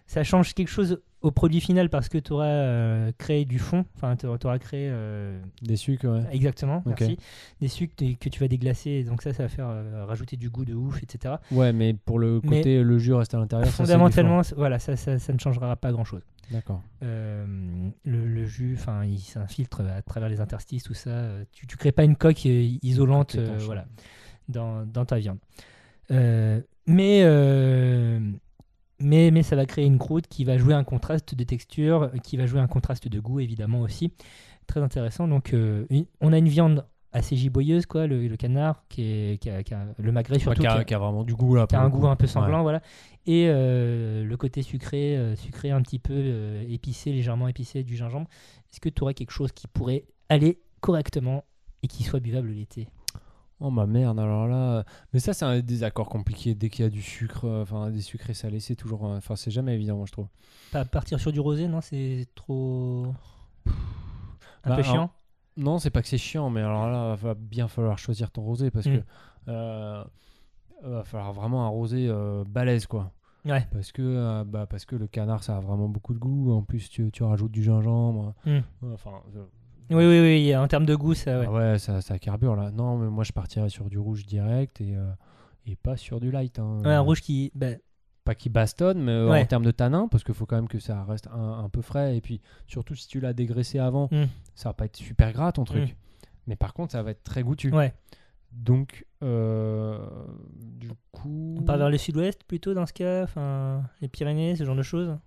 Speaker 2: ça change quelque chose au produit final parce que tu auras créé du fond, enfin tu auras créé euh,
Speaker 1: Des sucres, ouais.
Speaker 2: Exactement,
Speaker 1: Ok.
Speaker 2: merci. Des sucres que- que tu vas déglacer, donc ça, ça va faire euh, rajouter du goût de ouf, etc.
Speaker 1: Ouais, mais pour le
Speaker 2: Mais-
Speaker 1: côté, le jus reste à l'intérieur. ça, c'est différent.
Speaker 2: Fondamentalement, c- voilà, ça, ça, ça ne changera pas grand-chose.
Speaker 1: D'accord.
Speaker 2: Euh, le, le jus, enfin, il s'infiltre à travers les interstices, tout ça. euh, Tu, tu crées pas une coque euh, isolante,
Speaker 1: Tout est
Speaker 2: euh,
Speaker 1: penché.
Speaker 2: voilà, dans, dans ta viande. Euh, mais, euh, mais, mais ça va créer une croûte qui va jouer un contraste de texture, qui va jouer un contraste de goût évidemment aussi. Très intéressant. Donc euh, une- on a une viande assez giboyeuse, quoi, le, le canard, qui est, qui a- qui a- le magret
Speaker 1: Bah,
Speaker 2: surtout,
Speaker 1: qui,
Speaker 2: qui
Speaker 1: a,
Speaker 2: a-
Speaker 1: qui a vraiment du goût là.
Speaker 2: qui a
Speaker 1: pour
Speaker 2: un
Speaker 1: le
Speaker 2: goût
Speaker 1: coup.
Speaker 2: un peu
Speaker 1: Ouais.
Speaker 2: sanglant, voilà. Et euh, le côté sucré, euh, sucré un petit peu euh, épicé, légèrement épicé du gingembre. Est-ce que tu aurais quelque chose qui pourrait aller correctement et qui soit buvable l'été
Speaker 1: Oh ma merde, alors là. euh, Mais ça, c'est un désaccord compliqué. Dès qu'il y a du sucre, euh, enfin des sucrés salés, c'est toujours. euh, Enfin, c'est jamais évident, moi, je trouve.
Speaker 2: Pas partir sur du rosé, non C'est trop. Un
Speaker 1: Bah,
Speaker 2: peu
Speaker 1: alors,
Speaker 2: chiant
Speaker 1: Non, c'est pas que c'est chiant, mais alors là, va bien falloir choisir ton rosé parce
Speaker 2: Mm.
Speaker 1: que. euh, va falloir vraiment un rosé euh, balèze, quoi.
Speaker 2: Ouais.
Speaker 1: Parce que, euh, bah, parce que le canard, ça a vraiment beaucoup de goût. En plus, tu, tu rajoutes du gingembre.
Speaker 2: Mm.
Speaker 1: Ouais, Enfin. euh,
Speaker 2: Oui, oui, oui, en termes de goût, ça, ouais.
Speaker 1: ah ouais, ça, ça carbure là. Non, mais moi, je partirais sur du rouge direct et. euh, et pas sur du light. hein.
Speaker 2: Ouais, un rouge qui. bah,
Speaker 1: pas qui bastonne, mais euh,
Speaker 2: Ouais.
Speaker 1: en termes de tanin, parce qu'il faut quand même que ça reste un, un peu frais. Et puis, surtout si tu l'as dégraissé avant,
Speaker 2: Mm.
Speaker 1: ça va pas être super gras ton truc. Mais par contre, ça va être très goûtu.
Speaker 2: Hmm. ouais.
Speaker 1: Donc, euh, du coup.
Speaker 2: On part vers le sud-ouest plutôt dans ce cas, enfin, les Pyrénées, ce genre de choses.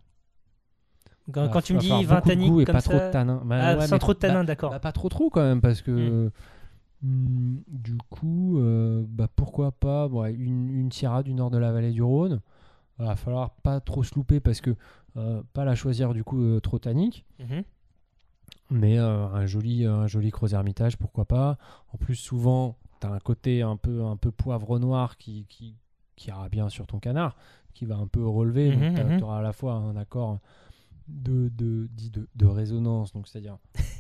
Speaker 2: Quand,
Speaker 1: bah,
Speaker 2: quand tu me
Speaker 1: va falloir
Speaker 2: dis vin
Speaker 1: beaucoup de goût
Speaker 2: tannique
Speaker 1: et
Speaker 2: comme
Speaker 1: pas
Speaker 2: ça.
Speaker 1: trop de tanin. Bah,
Speaker 2: Ah,
Speaker 1: ouais,
Speaker 2: sans
Speaker 1: mais
Speaker 2: trop de
Speaker 1: bah,
Speaker 2: tanin, d'accord.
Speaker 1: bah, pas trop trop quand même, parce que. Hmm, du coup, euh, bah, pourquoi pas bon, ouais, une, une Sierra du nord de la vallée du Rhône. Va falloir pas trop se louper parce que. euh, pas la choisir du coup euh, trop tannique.
Speaker 2: Mhm.
Speaker 1: Mais euh, un joli, un joli gros Hermitage, pourquoi pas. En plus, souvent, tu as un côté un peu, un peu poivre noir qui, qui, qui ira bien sur ton canard, qui va un peu relever.
Speaker 2: Mhm, mhm.
Speaker 1: tu auras à la fois un accord de, de, dit de, de résonance, donc c'est-à-dire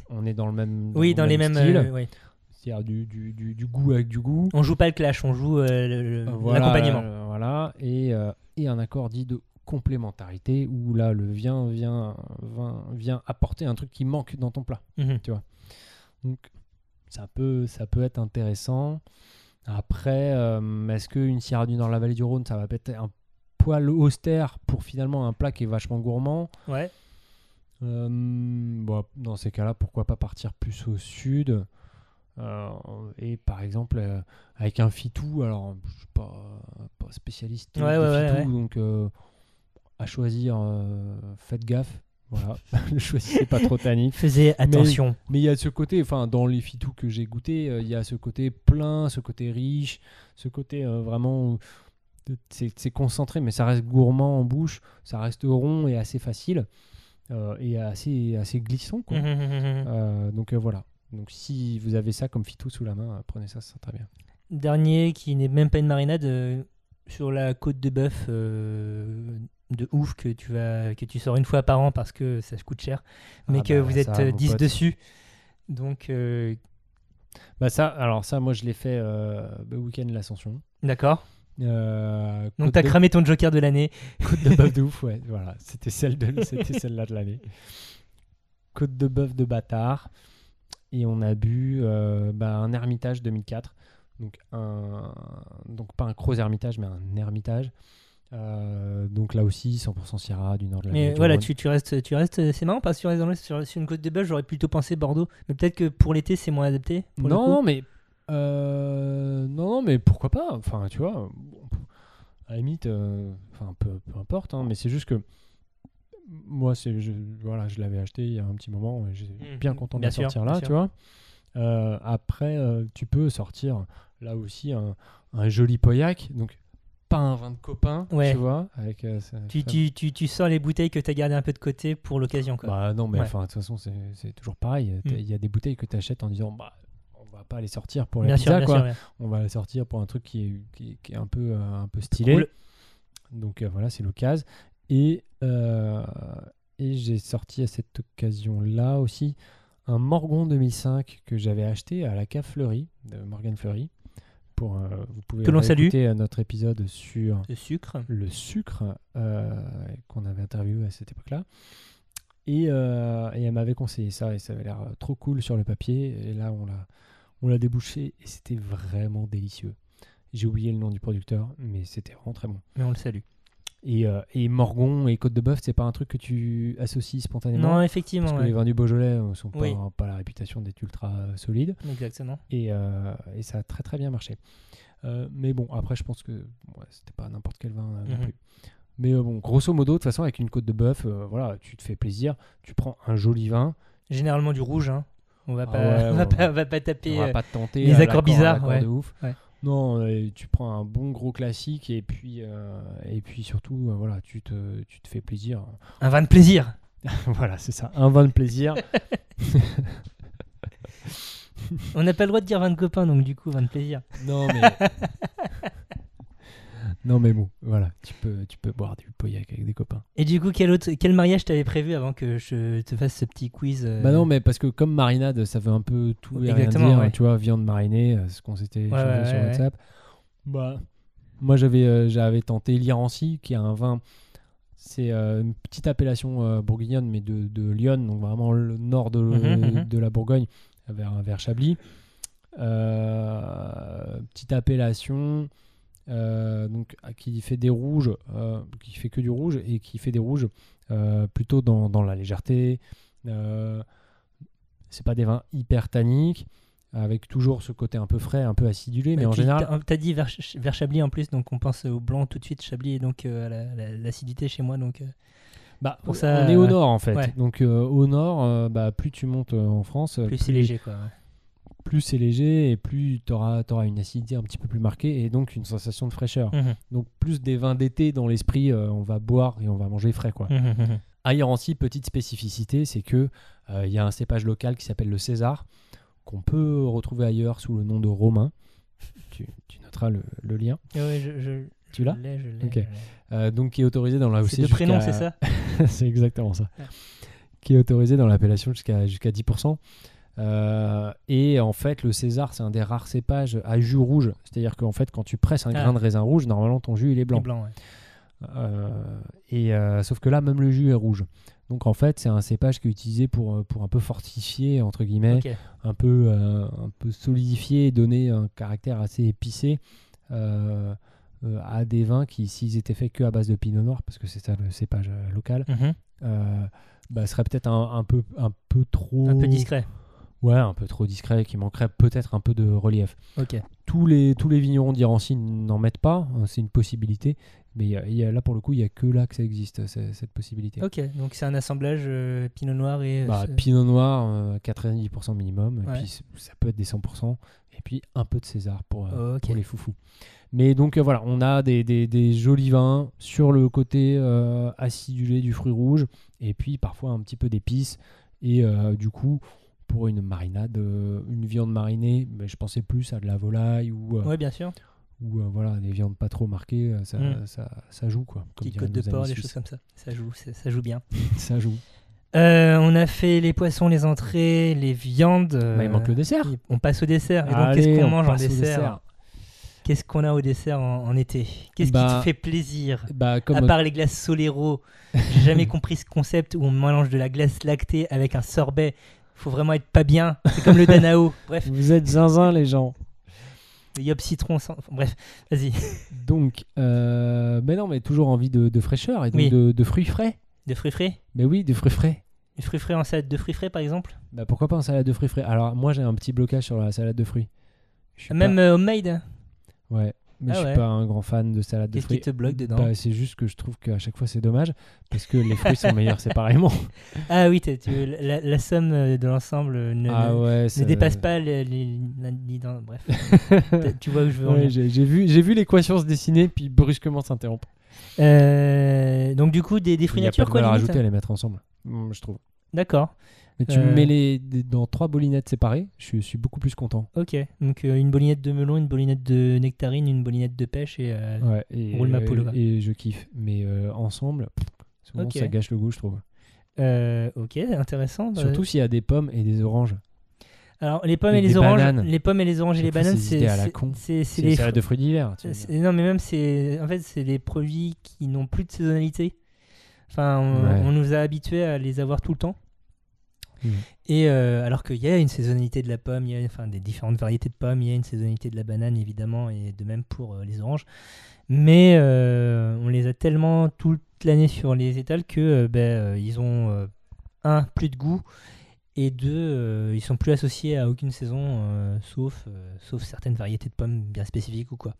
Speaker 1: on est dans le même
Speaker 2: oui,
Speaker 1: le
Speaker 2: dans les
Speaker 1: même
Speaker 2: mêmes.
Speaker 1: style,
Speaker 2: euh, ouais.
Speaker 1: c'est-à-dire du, du, du, du goût avec du goût.
Speaker 2: On joue pas le clash, on joue euh, le- le-
Speaker 1: Ah, Voilà,
Speaker 2: l'accompagnement.
Speaker 1: euh, voilà, et, euh, et un accord dit de complémentarité où là le vient vient vient, vient apporter un truc qui manque dans ton plat.
Speaker 2: Mhm.
Speaker 1: Donc ça peut ça peut être intéressant. Après, euh, est-ce qu'une Sierra du Nord la vallée du Rhône, ça va peut-être un poil austère pour finalement un plat qui est vachement gourmand
Speaker 2: Ouais.
Speaker 1: Euh, bon, dans ces cas-là, pourquoi pas partir plus au sud euh, et par exemple euh, avec un fitou, alors je suis pas, pas spécialiste
Speaker 2: Ouais,
Speaker 1: de
Speaker 2: ouais,
Speaker 1: fitou,
Speaker 2: ouais, ouais.
Speaker 1: donc euh, à choisir, euh, faites gaffe, voilà, [laughs] ne choisissez pas trop tannique.
Speaker 2: Faisais attention.
Speaker 1: Mais il y a ce côté, enfin dans les fitous que j'ai goûté, euh, il y a ce côté plein, ce côté riche, ce côté euh, vraiment où c'est c'est concentré, mais ça reste gourmand en bouche, ça reste rond et assez facile euh, et assez assez glissant quoi.
Speaker 2: Mhm, mhm, mhm.
Speaker 1: Euh, donc euh, voilà. Donc si vous avez ça comme fitou sous la main, euh, prenez ça, ça sera très bien.
Speaker 2: Dernier qui n'est même pas une marinade euh, sur la côte de bœuf euh, de ouf que tu vas que tu sors une fois par an parce que ça coûte cher, mais
Speaker 1: Ah
Speaker 2: que
Speaker 1: bah,
Speaker 2: vous
Speaker 1: ça,
Speaker 2: êtes euh,
Speaker 1: mon
Speaker 2: 10
Speaker 1: pote.
Speaker 2: dessus. Donc euh,
Speaker 1: Bah ça, alors ça, moi je l'ai fait euh, le week-end de l'Ascension.
Speaker 2: d'accord.
Speaker 1: Euh,
Speaker 2: Donc
Speaker 1: côte
Speaker 2: t'as
Speaker 1: de-
Speaker 2: cramé ton joker de l'année.
Speaker 1: Côte de bœuf de ouf, ouais. Voilà, c'était celle de, c'était celle-là de l'année. Côte de bœuf de bâtard. Et on a bu euh, bah, un Hermitage 2004. Donc, un, donc pas un gros Hermitage, mais un Hermitage. Euh, donc là aussi, 100% Sierra du nord de la
Speaker 2: Mais
Speaker 1: Meuse, du
Speaker 2: voilà,
Speaker 1: Rhône.
Speaker 2: tu, tu restes, tu restes. C'est marrant parce que tu restes dans l'Est, sur, sur une côte de bœuf, j'aurais plutôt pensé Bordeaux. Mais peut-être que pour l'été, c'est moins adapté. pour le
Speaker 1: non,
Speaker 2: coup.
Speaker 1: non, mais euh, non, non, mais pourquoi pas Enfin, tu vois, bon, à la limite, euh, enfin, peu, peu importe. hein, mais c'est juste que moi, c'est, je, voilà, je l'avais acheté il y a un petit moment. Et j'étais
Speaker 2: Mhm,
Speaker 1: bien content de
Speaker 2: bien
Speaker 1: la
Speaker 2: sûr,
Speaker 1: sortir
Speaker 2: bien
Speaker 1: là,
Speaker 2: sûr.
Speaker 1: tu vois. Euh, après, euh, tu peux sortir là aussi un, un joli Pauillac, donc pas un vin de copain,
Speaker 2: Ouais.
Speaker 1: tu vois, avec. euh, sa-
Speaker 2: Tu,
Speaker 1: sa-
Speaker 2: tu, tu, tu sors les bouteilles que tu as gardées un peu de côté pour l'occasion. quoi.
Speaker 1: bah non, mais
Speaker 2: Ouais.
Speaker 1: enfin, de toute façon, c'est c'est toujours pareil. T'as-
Speaker 2: Mm.
Speaker 1: Il y a des bouteilles que tu achètes en disant, bah, on va pas les sortir pour la
Speaker 2: bien
Speaker 1: pizza,
Speaker 2: sûr, bien
Speaker 1: quoi
Speaker 2: sûr. bien.
Speaker 1: on va la sortir pour un truc qui est, qui est- qui est un, peu, euh, un peu stylé.
Speaker 2: Cool.
Speaker 1: Donc euh, voilà, c'est l'occasion. Et, euh, et j'ai sorti à cette occasion-là aussi un Morgon 2005 que j'avais acheté à la cave Fleury, de Morgan Fleury. Pour, euh, vous pouvez
Speaker 2: Que l'on salue.
Speaker 1: écouter notre épisode sur
Speaker 2: Le sucre.
Speaker 1: le sucre euh, qu'on avait interviewé à cette époque-là. Et, euh, et elle m'avait conseillé ça et ça avait l'air euh, trop cool sur le papier. Et là, on l'a, on l'a débouché et c'était vraiment délicieux. J'ai oublié le nom du producteur, mais c'était vraiment très bon.
Speaker 2: Mais on le salue.
Speaker 1: Et, euh, et Morgon et Côte de Bœuf, c'est pas un truc que tu associes spontanément.
Speaker 2: Non,
Speaker 1: parce
Speaker 2: effectivement.
Speaker 1: que
Speaker 2: ouais.
Speaker 1: les vins du Beaujolais euh, sont pas,
Speaker 2: Oui.
Speaker 1: pas la réputation d'être ultra euh, solides
Speaker 2: Exactement.
Speaker 1: et, euh, et ça a très très bien marché. Euh, mais bon, après, je pense que ouais, c'était pas n'importe quel vin euh, non
Speaker 2: Mhm.
Speaker 1: plus. Mais euh, bon, grosso modo, de toute façon, avec une côte de bœuf, euh, voilà, tu te fais plaisir, tu prends un joli vin,
Speaker 2: Généralement du rouge. hein. On va
Speaker 1: Ah
Speaker 2: pas,
Speaker 1: ouais,
Speaker 2: [laughs] on va
Speaker 1: ouais,
Speaker 2: pas,
Speaker 1: ouais.
Speaker 2: on va pas taper.
Speaker 1: on va
Speaker 2: euh,
Speaker 1: pas te tenter
Speaker 2: les
Speaker 1: à
Speaker 2: accords bizarres,
Speaker 1: à l'accord
Speaker 2: ouais.
Speaker 1: de ouf.
Speaker 2: Ouais.
Speaker 1: Non, euh, tu prends un bon gros classique et puis euh, et puis surtout, euh, voilà, tu te, tu te fais plaisir.
Speaker 2: [laughs] Un vin de plaisir.
Speaker 1: voilà, c'est ça, un vin de
Speaker 2: [laughs]
Speaker 1: plaisir.
Speaker 2: On n'a pas le droit de dire vin de copain, donc du coup, vin de plaisir.
Speaker 1: non
Speaker 2: [laughs]
Speaker 1: mais non mais bon, voilà, tu peux tu peux boire du pauillac avec des copains.
Speaker 2: Et du coup, quel, autre, quel mariage t'avais prévu avant que je te fasse ce petit quiz euh,
Speaker 1: Bah non, mais parce que comme marinade, ça veut un peu tout et rien
Speaker 2: Exactement,
Speaker 1: dire,
Speaker 2: ouais.
Speaker 1: tu vois, viande marinée, euh, ce qu'on s'était échangé
Speaker 2: ouais,
Speaker 1: sur
Speaker 2: ouais, ouais.
Speaker 1: WhatsApp. Bah, moi j'avais euh, j'avais tenté l'Irancy, qui est un vin, c'est euh, une petite appellation euh, bourguignonne, mais de, de Lyon, donc vraiment le nord de,
Speaker 2: Mhm, mhm.
Speaker 1: de la Bourgogne, vers, vers Chablis. Euh, petite appellation euh, donc, à- qui fait des rouges, euh, qui fait que du rouge et qui fait des rouges euh, plutôt dans, dans la légèreté. Euh, c'est pas des vins hyper tanniques, avec toujours ce côté un peu frais, un peu acidulé, mais
Speaker 2: Bah,
Speaker 1: en
Speaker 2: tu-
Speaker 1: général,
Speaker 2: t'as- T'as dit vers, Ch- vers Chablis en plus, donc on pense au blanc tout de suite. Chablis et donc euh, à la- la- l'acidité chez moi. Donc, euh,
Speaker 1: bah,
Speaker 2: pour
Speaker 1: on-
Speaker 2: ça,
Speaker 1: on est au
Speaker 2: ouais.
Speaker 1: nord en fait.
Speaker 2: Ouais.
Speaker 1: Donc euh, au nord, euh, bah, plus tu montes euh, en France, euh,
Speaker 2: plus c'est léger. Quoi, ouais.
Speaker 1: plus c'est léger et plus tu auras, une acidité un petit peu plus marquée et donc une sensation de fraîcheur.
Speaker 2: Mhm,
Speaker 1: Donc plus des vins d'été dans l'esprit, euh, on va boire et on va manger frais quoi.
Speaker 2: mhm, mhm.
Speaker 1: À Irancy, petite spécificité, c'est que euh, il y a un cépage local qui s'appelle le César, qu'on peut retrouver ailleurs sous le nom de Romain. Tu, tu noteras le, le lien.
Speaker 2: Ouais, je, je,
Speaker 1: Tu l'as
Speaker 2: je l'ai, je l'ai,
Speaker 1: Ok.
Speaker 2: je l'ai.
Speaker 1: Euh, donc qui est autorisé dans la
Speaker 2: C'est deux prénoms, c'est
Speaker 1: jusqu'à-
Speaker 2: ça
Speaker 1: [laughs] c'est exactement ça.
Speaker 2: Ouais.
Speaker 1: Qui est autorisé dans l'appellation jusqu'à jusqu'à 10%. Euh, et en fait, le César, c'est un des rares cépages à jus rouge. C'est-à-dire qu'en fait, quand tu presses un
Speaker 2: Ah.
Speaker 1: grain de raisin rouge, normalement ton jus il est
Speaker 2: Les
Speaker 1: blanc.
Speaker 2: blancs, ouais.
Speaker 1: Euh, et euh, sauf que là, même le jus est rouge. Donc en fait, c'est un cépage qui est utilisé pour, euh, pour un peu fortifier entre guillemets,
Speaker 2: Ok.
Speaker 1: un peu euh, un peu solidifier, et donner un caractère assez épicé euh, euh, à des vins qui, s'ils étaient faits que à base de pinot noir, parce que c'est ça le cépage euh, local,
Speaker 2: Mhm.
Speaker 1: euh, bah, serait peut-être un, un peu un peu trop
Speaker 2: Un peu discret.
Speaker 1: ouais un peu trop discret qui manquerait peut-être un peu de relief
Speaker 2: Ok.
Speaker 1: tous les tous les vignerons d'Irancy n'en mettent pas hein, c'est une possibilité mais il y a- il y a- là pour le coup il y a que là que ça existe c'est- cette possibilité
Speaker 2: Ok, donc c'est un assemblage euh, pinot noir et. euh,
Speaker 1: Bah,
Speaker 2: ce-
Speaker 1: pinot noir euh, 90% minimum
Speaker 2: Ouais.
Speaker 1: et puis c- ça peut être des 100% et puis un peu de César pour, euh,
Speaker 2: oh, Ok.
Speaker 1: pour les foufous. Mais donc euh, voilà, on a des, des- des jolis vins sur le côté euh, acidulé du fruit rouge et puis parfois un petit peu d'épices. Et euh, du coup, pour une marinade, euh, une viande marinée, mais je pensais plus à de la volaille ou, euh,
Speaker 2: Ouais, bien sûr.
Speaker 1: ou euh, voilà, des viandes pas trop marquées, euh, ça,
Speaker 2: Mm.
Speaker 1: ça, ça joue quoi. comme
Speaker 2: Petite
Speaker 1: diraient
Speaker 2: côte de
Speaker 1: nos amis
Speaker 2: porc, des
Speaker 1: suisses.
Speaker 2: choses comme ça. Ça joue, ça, ça joue bien.
Speaker 1: [laughs] Ça joue.
Speaker 2: Euh, on a fait les poissons, les entrées, les viandes.
Speaker 1: Bah, il manque le dessert.
Speaker 2: euh, et On passe au dessert. Et donc,
Speaker 1: Allez,
Speaker 2: qu'est-ce qu'on
Speaker 1: on
Speaker 2: mange en
Speaker 1: passe au
Speaker 2: dessert, Qu'est-ce qu'on a au dessert en, en été Qu'est-ce qui
Speaker 1: Bah,
Speaker 2: te fait plaisir
Speaker 1: Bah, comme
Speaker 2: À part les glaces Solero, j'ai jamais compris ce concept où on mélange de la glace lactée avec un sorbet. Faut vraiment être pas bien. C'est
Speaker 1: [laughs]
Speaker 2: comme le Danao. Bref,
Speaker 1: [laughs] Vous êtes zinzin, les gens.
Speaker 2: le Yop Citron. sans- enfin, Bref, vas-y. [laughs]
Speaker 1: Donc, euh, mais non, mais toujours envie de, de fraîcheur et donc
Speaker 2: Oui.
Speaker 1: de, de fruits frais.
Speaker 2: De fruits frais
Speaker 1: Mais oui, des fruits frais.
Speaker 2: Des fruits frais en salade de fruits frais, par exemple
Speaker 1: Bah, pourquoi pas en salade de fruits frais Alors, moi, j'ai un petit blocage sur la salade de fruits. Je suis
Speaker 2: Même euh, homemade
Speaker 1: pas- Ouais, mais
Speaker 2: Ah
Speaker 1: je suis
Speaker 2: ouais.
Speaker 1: pas un grand fan de salade de
Speaker 2: Qu'est-ce
Speaker 1: fruits.
Speaker 2: qui te bloque dedans
Speaker 1: Bah, C'est juste que je trouve qu'à chaque fois, c'est dommage parce que les fruits sont meilleurs
Speaker 2: [laughs]
Speaker 1: séparément.
Speaker 2: Ah oui, t'as- tu- la, la somme euh, de l'ensemble euh, ne,
Speaker 1: ah
Speaker 2: ne-
Speaker 1: ouais,
Speaker 2: ne
Speaker 1: ça-
Speaker 2: dépasse pas les, les- la- ni dans-
Speaker 1: [laughs]
Speaker 2: Bref, T'as- tu vois où je veux en
Speaker 1: Ouais,
Speaker 2: venir.
Speaker 1: j'ai j'ai vu, j'ai vu l'équation se dessiner puis brusquement s'interrompre.
Speaker 2: Euh, donc du coup, des, des fruits
Speaker 1: Il y a pas
Speaker 2: nature,
Speaker 1: de
Speaker 2: quoi,
Speaker 1: valeur
Speaker 2: limite
Speaker 1: ajoutée à les mettre ensemble, Mm, je trouve.
Speaker 2: D'accord,
Speaker 1: Mais tu
Speaker 2: Euh.
Speaker 1: mets les dans trois bolinettes séparées, je suis- je suis beaucoup plus content.
Speaker 2: ok. Donc euh, une bolinette de melon, une bolinette de nectarine, une bolinette de pêche et... euh,
Speaker 1: Ouais, et, euh,
Speaker 2: Roule ma poule, va.
Speaker 1: et je kiffe. Mais euh, ensemble, pff, souvent
Speaker 2: Ok.
Speaker 1: ça gâche le goût, je trouve.
Speaker 2: euh, ok, intéressant. bah,
Speaker 1: Surtout s'il y a des pommes et des oranges.
Speaker 2: Alors les pommes
Speaker 1: et
Speaker 2: et, les
Speaker 1: des
Speaker 2: oranges,
Speaker 1: bananes.
Speaker 2: les pommes et les oranges et
Speaker 1: Chaque
Speaker 2: les
Speaker 1: fois,
Speaker 2: bananes,
Speaker 1: ces
Speaker 2: c'est
Speaker 1: idées à la
Speaker 2: c'est-
Speaker 1: con.
Speaker 2: c'est- c'est
Speaker 1: C'est
Speaker 2: les
Speaker 1: une salade de fruits d'hiver. tu veux
Speaker 2: C'est-
Speaker 1: dire.
Speaker 2: Non, mais même, c'est en fait, c'est les produits qui n'ont plus de saisonnalité. Enfin, on,
Speaker 1: Ouais.
Speaker 2: on nous a habitués à les avoir tout le temps.
Speaker 1: Mhm.
Speaker 2: Et euh, alors qu'il y a une saisonnalité de la pomme, il y a enfin, des différentes variétés de pommes, il y a une saisonnalité de la banane, évidemment, et de même pour euh, les oranges. Mais euh, on les a tellement toute l'année sur les étals que euh, ben, euh, ils ont, euh, un, plus de goût, et deux, euh, ils sont plus associés à aucune saison, euh, sauf, euh, sauf certaines variétés de pommes bien spécifiques ou quoi.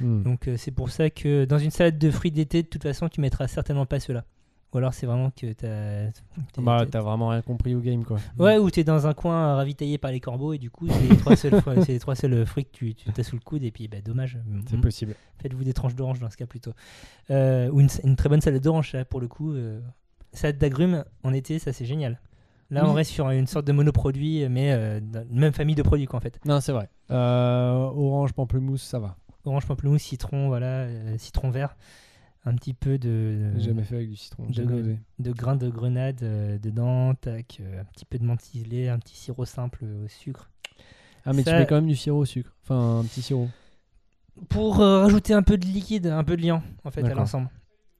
Speaker 1: Hmm.
Speaker 2: Donc euh, c'est pour ça que dans une salade de fruits d'été, de toute façon, tu mettras certainement pas cela. Ou alors c'est vraiment que t'as. t'es-
Speaker 1: Bah,
Speaker 2: t'es-
Speaker 1: t'as vraiment rien compris au game, quoi.
Speaker 2: Ouais, ou t'es dans un coin euh, ravitaillé par les corbeaux et du coup, c'est les trois
Speaker 1: [laughs]
Speaker 2: seuls, fruits- c'est les trois seuls euh, fruits que tu, tu as sous le coude et puis bah, dommage.
Speaker 1: C'est
Speaker 2: Mm.
Speaker 1: possible.
Speaker 2: Faites-vous des tranches d'orange dans ce cas plutôt. Euh, ou une, une très bonne salade d'orange, ça, pour le coup. euh, salade d'agrumes en été, ça c'est génial. Là, on
Speaker 1: Oui.
Speaker 2: reste sur une sorte de monoproduit, mais euh, dans une même famille de produits quoi en fait.
Speaker 1: Non, c'est vrai. Euh, orange, pamplemousse, ça va.
Speaker 2: Orange, pamplemousse, citron, voilà, euh, citron vert. Un petit peu de.
Speaker 1: J'ai jamais fait avec du citron.
Speaker 2: de-
Speaker 1: Euh, J'ai jamais osé.
Speaker 2: de grains de grenade euh, dedans, tac, euh, un petit peu de menthe un petit sirop simple euh, au sucre.
Speaker 1: Ah, mais
Speaker 2: ça-
Speaker 1: tu mets quand même du sirop au sucre. Enfin, un petit sirop.
Speaker 2: Pour euh, rajouter un peu de liquide, un peu de liant en fait à
Speaker 1: D'accord.
Speaker 2: l'ensemble.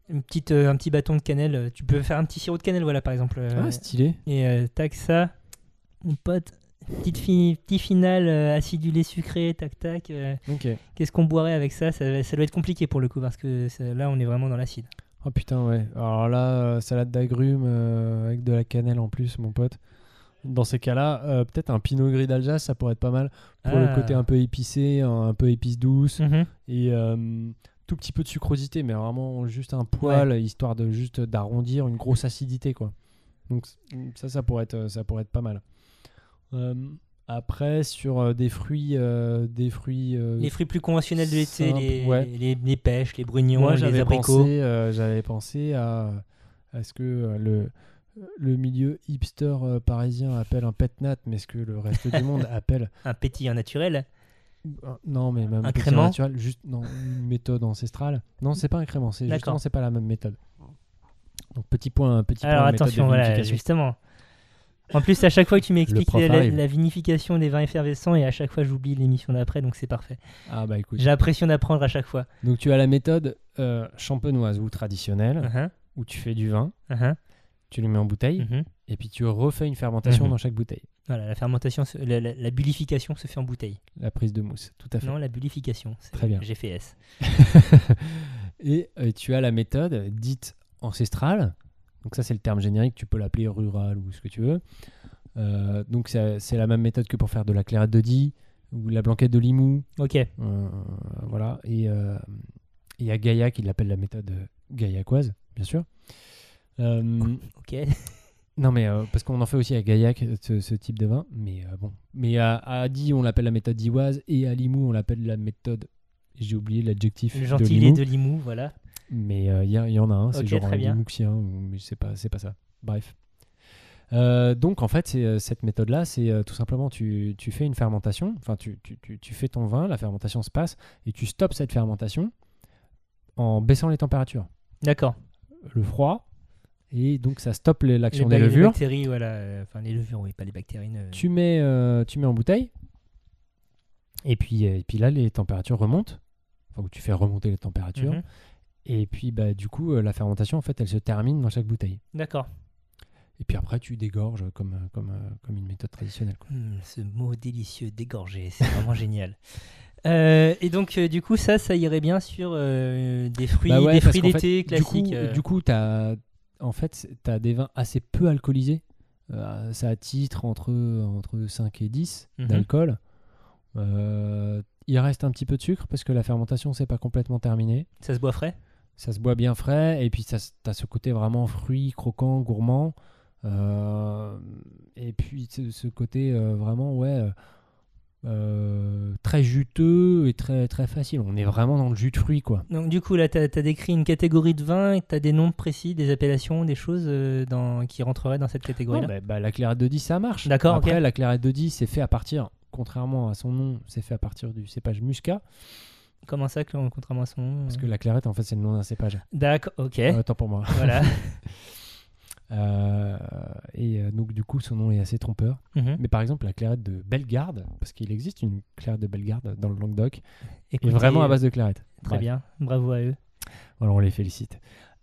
Speaker 2: Une petite, euh, un petit bâton de cannelle, euh, tu peux faire un petit sirop de cannelle, voilà par exemple. euh,
Speaker 1: Ah, stylé.
Speaker 2: et euh, tac, ça, mon pote, petite fi- petit final euh, acidulé sucré, tac, tac. euh,
Speaker 1: Ok.
Speaker 2: Qu'est-ce qu'on boirait avec ça, ça va- Ça doit être compliqué pour le coup parce que ça- là on est vraiment dans l'acide.
Speaker 1: Oh putain, ouais. Alors là, euh, salade d'agrumes euh, avec de la cannelle en plus, mon pote. Dans ces cas-là, euh, peut-être un pinot gris d'Alsace, ça pourrait être pas mal. Pour
Speaker 2: Ah.
Speaker 1: le côté un peu épicé, un, un peu épice douce
Speaker 2: Mhm.
Speaker 1: et euh, tout petit peu de sucrosité, mais vraiment juste un poil, histoire de juste d'arrondir une grosse acidité, quoi. Donc c- ça, ça pourrait être, ça pourrait être pas mal. Euh, après, sur euh, des fruits, euh, des fruits. euh,
Speaker 2: Les fruits plus conventionnels de l'été,
Speaker 1: Simple,
Speaker 2: les,
Speaker 1: ouais.
Speaker 2: les, les pêches, les brugnons,
Speaker 1: moi,
Speaker 2: les
Speaker 1: j'avais
Speaker 2: abricots.
Speaker 1: pensé, euh, j'avais pensé à à ce que euh, le, le milieu hipster euh, parisien appelle un petnat, mais ce que le reste du
Speaker 2: [laughs]
Speaker 1: monde appelle.
Speaker 2: Un pétillant naturel.
Speaker 1: euh, non, mais même
Speaker 2: Un
Speaker 1: petit
Speaker 2: crément
Speaker 1: naturel, juste non, une méthode ancestrale. Non, c'est pas un crément, c'est
Speaker 2: D'accord.
Speaker 1: justement c'est pas la même méthode. Donc petit point, petit
Speaker 2: Alors
Speaker 1: point. méthode de
Speaker 2: attention, voilà,
Speaker 1: vinification.
Speaker 2: justement. En plus, à chaque fois que tu m'expliques
Speaker 1: prof
Speaker 2: la, la-
Speaker 1: arrive.
Speaker 2: la vinification des vins effervescents, et à chaque fois j'oublie l'émission d'après, donc c'est parfait.
Speaker 1: Ah bah écoute.
Speaker 2: J'ai l'impression d'apprendre à chaque fois.
Speaker 1: Donc tu as la méthode euh, champenoise ou traditionnelle
Speaker 2: Mhm,
Speaker 1: où tu fais du vin,
Speaker 2: mhm,
Speaker 1: tu le mets en bouteille
Speaker 2: mhm.
Speaker 1: et puis tu refais une fermentation
Speaker 2: Mhm.
Speaker 1: dans chaque bouteille.
Speaker 2: Voilà, la fermentation, se- la, la- la bullification se fait en bouteille.
Speaker 1: La prise de mousse, tout à fait.
Speaker 2: Non, la bullification. c'est-
Speaker 1: Très bien.
Speaker 2: J'ai fait S.
Speaker 1: [laughs] et euh, tu as la méthode dite ancestrale. Donc ça c'est le terme générique, tu peux l'appeler rural ou ce que tu veux. Euh, donc ça- c'est la même méthode que pour faire de la clairette de Die ou la blanquette de Limoux.
Speaker 2: Ok.
Speaker 1: Euh, voilà. Et euh, il y a Gaïa qui l'appelle la méthode euh, gaillacoise, bien sûr. Euh,
Speaker 2: Ok.
Speaker 1: Non, mais euh, parce qu'on en fait aussi à Gaillac ce, ce type de vin, mais euh, bon. Mais à, à Die, on l'appelle la méthode dioise, et à Limoux, on l'appelle la méthode. J'ai oublié l'adjectif
Speaker 2: Le
Speaker 1: de
Speaker 2: gentil et
Speaker 1: Limoux,
Speaker 2: de Limoux, voilà.
Speaker 1: mais euh, il y, a- y en a un, c'est
Speaker 2: Ok,
Speaker 1: genre
Speaker 2: très
Speaker 1: un
Speaker 2: bien.
Speaker 1: Limouxien, ou- mais c'est pas, c'est pas ça. Bref. Euh, donc en fait, c'est, euh, cette méthode-là, c'est euh, tout simplement tu, tu fais une fermentation, enfin tu, tu- tu- tu fais ton vin, la fermentation se passe, et tu stops cette fermentation en baissant les températures,
Speaker 2: D'accord.
Speaker 1: le froid, et donc ça stoppe les- l'action
Speaker 2: Les
Speaker 1: des
Speaker 2: ba- les
Speaker 1: levures.
Speaker 2: bactéries, voilà. euh, Enfin, les levures, oui, pas les bactéries. euh.
Speaker 1: tu mets, euh, tu mets en bouteille, et puis, euh, et puis là, les températures remontent. Enfin, tu fais remonter les températures.
Speaker 2: Mhm.
Speaker 1: Et puis, bah, du coup, euh, la fermentation, en fait, elle se termine dans chaque bouteille.
Speaker 2: D'accord.
Speaker 1: Et puis après, tu dégorges comme, euh, comme, euh, comme une méthode traditionnelle. quoi.
Speaker 2: Hmm, ce mot délicieux, dégorgé, c'est
Speaker 1: [laughs]
Speaker 2: vraiment génial. Euh, et donc, euh, du coup, ça, ça irait bien sur euh, des fruits,
Speaker 1: Bah ouais,
Speaker 2: des
Speaker 1: parce
Speaker 2: fruits
Speaker 1: qu'en
Speaker 2: d'été
Speaker 1: fait,
Speaker 2: classiques.
Speaker 1: Du coup,
Speaker 2: euh.
Speaker 1: du coup, t'as- en fait, tu as des vins assez peu alcoolisés. Euh, ça titre entre, entre 5 et 10
Speaker 2: Mhm.
Speaker 1: d'alcool. Euh, il reste un petit peu de sucre parce que la fermentation, c'est pas complètement terminé.
Speaker 2: Ça se boit frais
Speaker 1: ça se boit bien frais et puis ça s- t'as ce côté vraiment fruit croquant gourmand Euh, et puis ce, ce côté euh, vraiment ouais euh, euh, très juteux et très très facile on est vraiment dans le jus de fruit quoi
Speaker 2: Donc, du coup, là, tu as, décrit une catégorie de vin et tu as des noms précis, des appellations, des choses euh, dans- qui rentreraient dans cette
Speaker 1: Non,
Speaker 2: catégorie-là.
Speaker 1: bah, bah, la clairette de 10 ça marche
Speaker 2: D'accord,
Speaker 1: après
Speaker 2: ok.
Speaker 1: la clairette de 10 c'est fait à partir contrairement à son nom c'est fait à partir du cépage muscat
Speaker 2: Comment ça, que, contrairement à son nom
Speaker 1: parce
Speaker 2: euh,
Speaker 1: que la clairette en fait c'est le nom d'un cépage
Speaker 2: D'accord, ok.
Speaker 1: Euh, tant pour moi
Speaker 2: [laughs]
Speaker 1: [laughs]
Speaker 2: Voilà.
Speaker 1: Euh, et euh, donc du coup son nom est assez trompeur
Speaker 2: Mhm.
Speaker 1: Mais par exemple, la clairette de Bellegarde, parce qu'il existe une clairette de Bellegarde dans le Languedoc, est
Speaker 2: Écoutez,
Speaker 1: vraiment à
Speaker 2: euh,
Speaker 1: base de clairette.
Speaker 2: Très
Speaker 1: Bref,
Speaker 2: bien, bravo à eux.
Speaker 1: Voilà, on les félicite.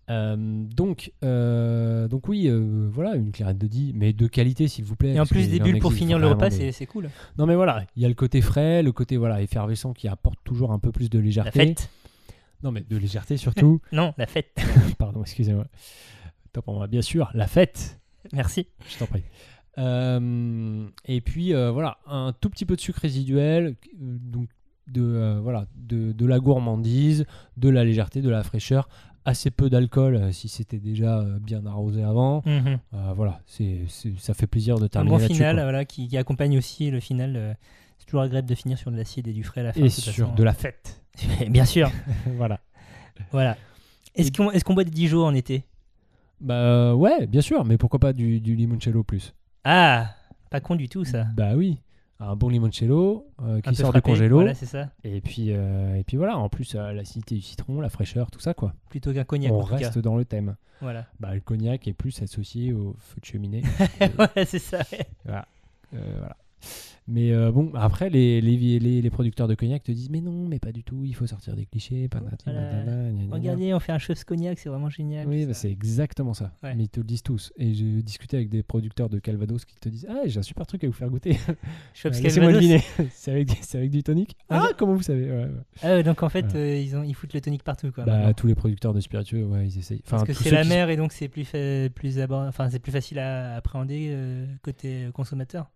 Speaker 1: Euh, donc, euh, donc oui, euh, voilà, une clairette de 10, mais de qualité, s'il vous plaît.
Speaker 2: Et en
Speaker 1: parce
Speaker 2: plus
Speaker 1: qu'il
Speaker 2: des bulles pour
Speaker 1: existe
Speaker 2: finir le
Speaker 1: vraiment
Speaker 2: repas,
Speaker 1: des-
Speaker 2: c'est- c'est cool.
Speaker 1: Non, mais voilà, il y a le côté frais, le côté voilà effervescent qui apporte toujours un peu plus de
Speaker 2: La
Speaker 1: légèreté.
Speaker 2: fête
Speaker 1: Non, mais de légèreté surtout.
Speaker 2: Non, la fête. [laughs]
Speaker 1: Pardon, excusez-moi. Tant pour moi, bien sûr, la fête.
Speaker 2: Merci.
Speaker 1: Je t'en prie. Euh, et puis euh, voilà, un tout petit peu de sucre résiduel, euh, donc de euh, voilà, de, de la gourmandise, de la légèreté, de la fraîcheur, assez peu d'alcool euh, si c'était déjà euh, bien arrosé avant.
Speaker 2: Mhm.
Speaker 1: Euh, voilà, c'est c'est- ça fait plaisir de
Speaker 2: Un
Speaker 1: terminer
Speaker 2: bon
Speaker 1: là-dessus,
Speaker 2: final
Speaker 1: quoi.
Speaker 2: voilà, qui, qui accompagne aussi le final. euh, c'est toujours agréable de finir sur de l'acide et du frais à la fin.
Speaker 1: et
Speaker 2: de toute
Speaker 1: sur
Speaker 2: façon. hein.
Speaker 1: de la fête.
Speaker 2: [laughs]
Speaker 1: [laughs]
Speaker 2: Bien sûr. [laughs]
Speaker 1: voilà.
Speaker 2: voilà. Est-ce qu'on est-ce qu'on boit des Dijon en été
Speaker 1: Bah euh, ouais, bien sûr, mais pourquoi pas du, du limoncello plus
Speaker 2: Ah, pas con du tout ça.
Speaker 1: Bah oui, un bon limoncello euh,
Speaker 2: Un
Speaker 1: qui
Speaker 2: peu
Speaker 1: sort du
Speaker 2: frappé,
Speaker 1: congélo
Speaker 2: Voilà, c'est ça.
Speaker 1: et puis euh, et puis voilà, en plus euh, l'acidité du citron, la fraîcheur, tout ça quoi.
Speaker 2: Plutôt qu'un cognac.
Speaker 1: on
Speaker 2: en tout cas.
Speaker 1: reste dans le thème.
Speaker 2: Voilà.
Speaker 1: [laughs] Bah, le cognac est plus associé au feu de cheminée. [laughs]
Speaker 2: voilà, c'est ça. ouais.
Speaker 1: Euh, voilà. Mais euh, bon, après, les, les, vi- les, les producteurs de cognac te disent Mais non, mais pas du tout, il faut sortir des clichés. patati,
Speaker 2: Voilà.
Speaker 1: patata, gna, gna, gna.
Speaker 2: Regardez, on fait un chef cognac, c'est vraiment génial.
Speaker 1: Oui,
Speaker 2: tout
Speaker 1: bah,
Speaker 2: ça.
Speaker 1: c'est exactement ça.
Speaker 2: Ouais.
Speaker 1: Mais ils te le disent tous. Et j'ai discuté avec des producteurs de Calvados qui te disent Ah, j'ai un super truc à vous faire goûter. [laughs]
Speaker 2: Chops
Speaker 1: Laissez-moi
Speaker 2: Calvados.
Speaker 1: deviner. c'est avec, des- c'est avec du tonic.
Speaker 2: Ah,
Speaker 1: Ah, comment vous savez Ouais, ouais.
Speaker 2: Ah, ouais, donc en fait,
Speaker 1: Voilà.
Speaker 2: euh, ils, ont, ils foutent le tonique partout. Quoi,
Speaker 1: Bah,
Speaker 2: maintenant.
Speaker 1: tous les producteurs de spiritueux, ouais, ils essayent. Enfin,
Speaker 2: Parce que
Speaker 1: tous
Speaker 2: c'est
Speaker 1: ceux
Speaker 2: la
Speaker 1: qui-
Speaker 2: mer et donc c'est plus, fa- plus, abord- enfin, c'est plus facile à appréhender euh, côté consommateur.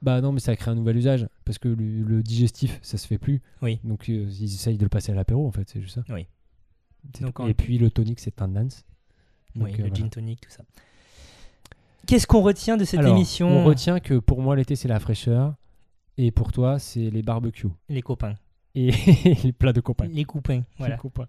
Speaker 1: Bah non, mais ça crée un nouvel usage parce que le, le digestif, ça se fait plus.
Speaker 2: Oui.
Speaker 1: Donc euh, ils essayent de le passer à l'apéro en fait, c'est juste ça.
Speaker 2: Oui.
Speaker 1: C'est
Speaker 2: Donc,
Speaker 1: tout.
Speaker 2: en-
Speaker 1: Et puis le tonic, c'est un dance.
Speaker 2: oui,
Speaker 1: Donc,
Speaker 2: le
Speaker 1: euh, voilà.
Speaker 2: gin tonic, tout ça. Qu'est-ce qu'on retient de cette
Speaker 1: Alors,
Speaker 2: émission
Speaker 1: On retient que pour moi l'été c'est la fraîcheur et pour toi c'est les barbecues.
Speaker 2: Les copains.
Speaker 1: et [laughs] les plats de copains.
Speaker 2: Les coupins,
Speaker 1: Les
Speaker 2: voilà.
Speaker 1: copains.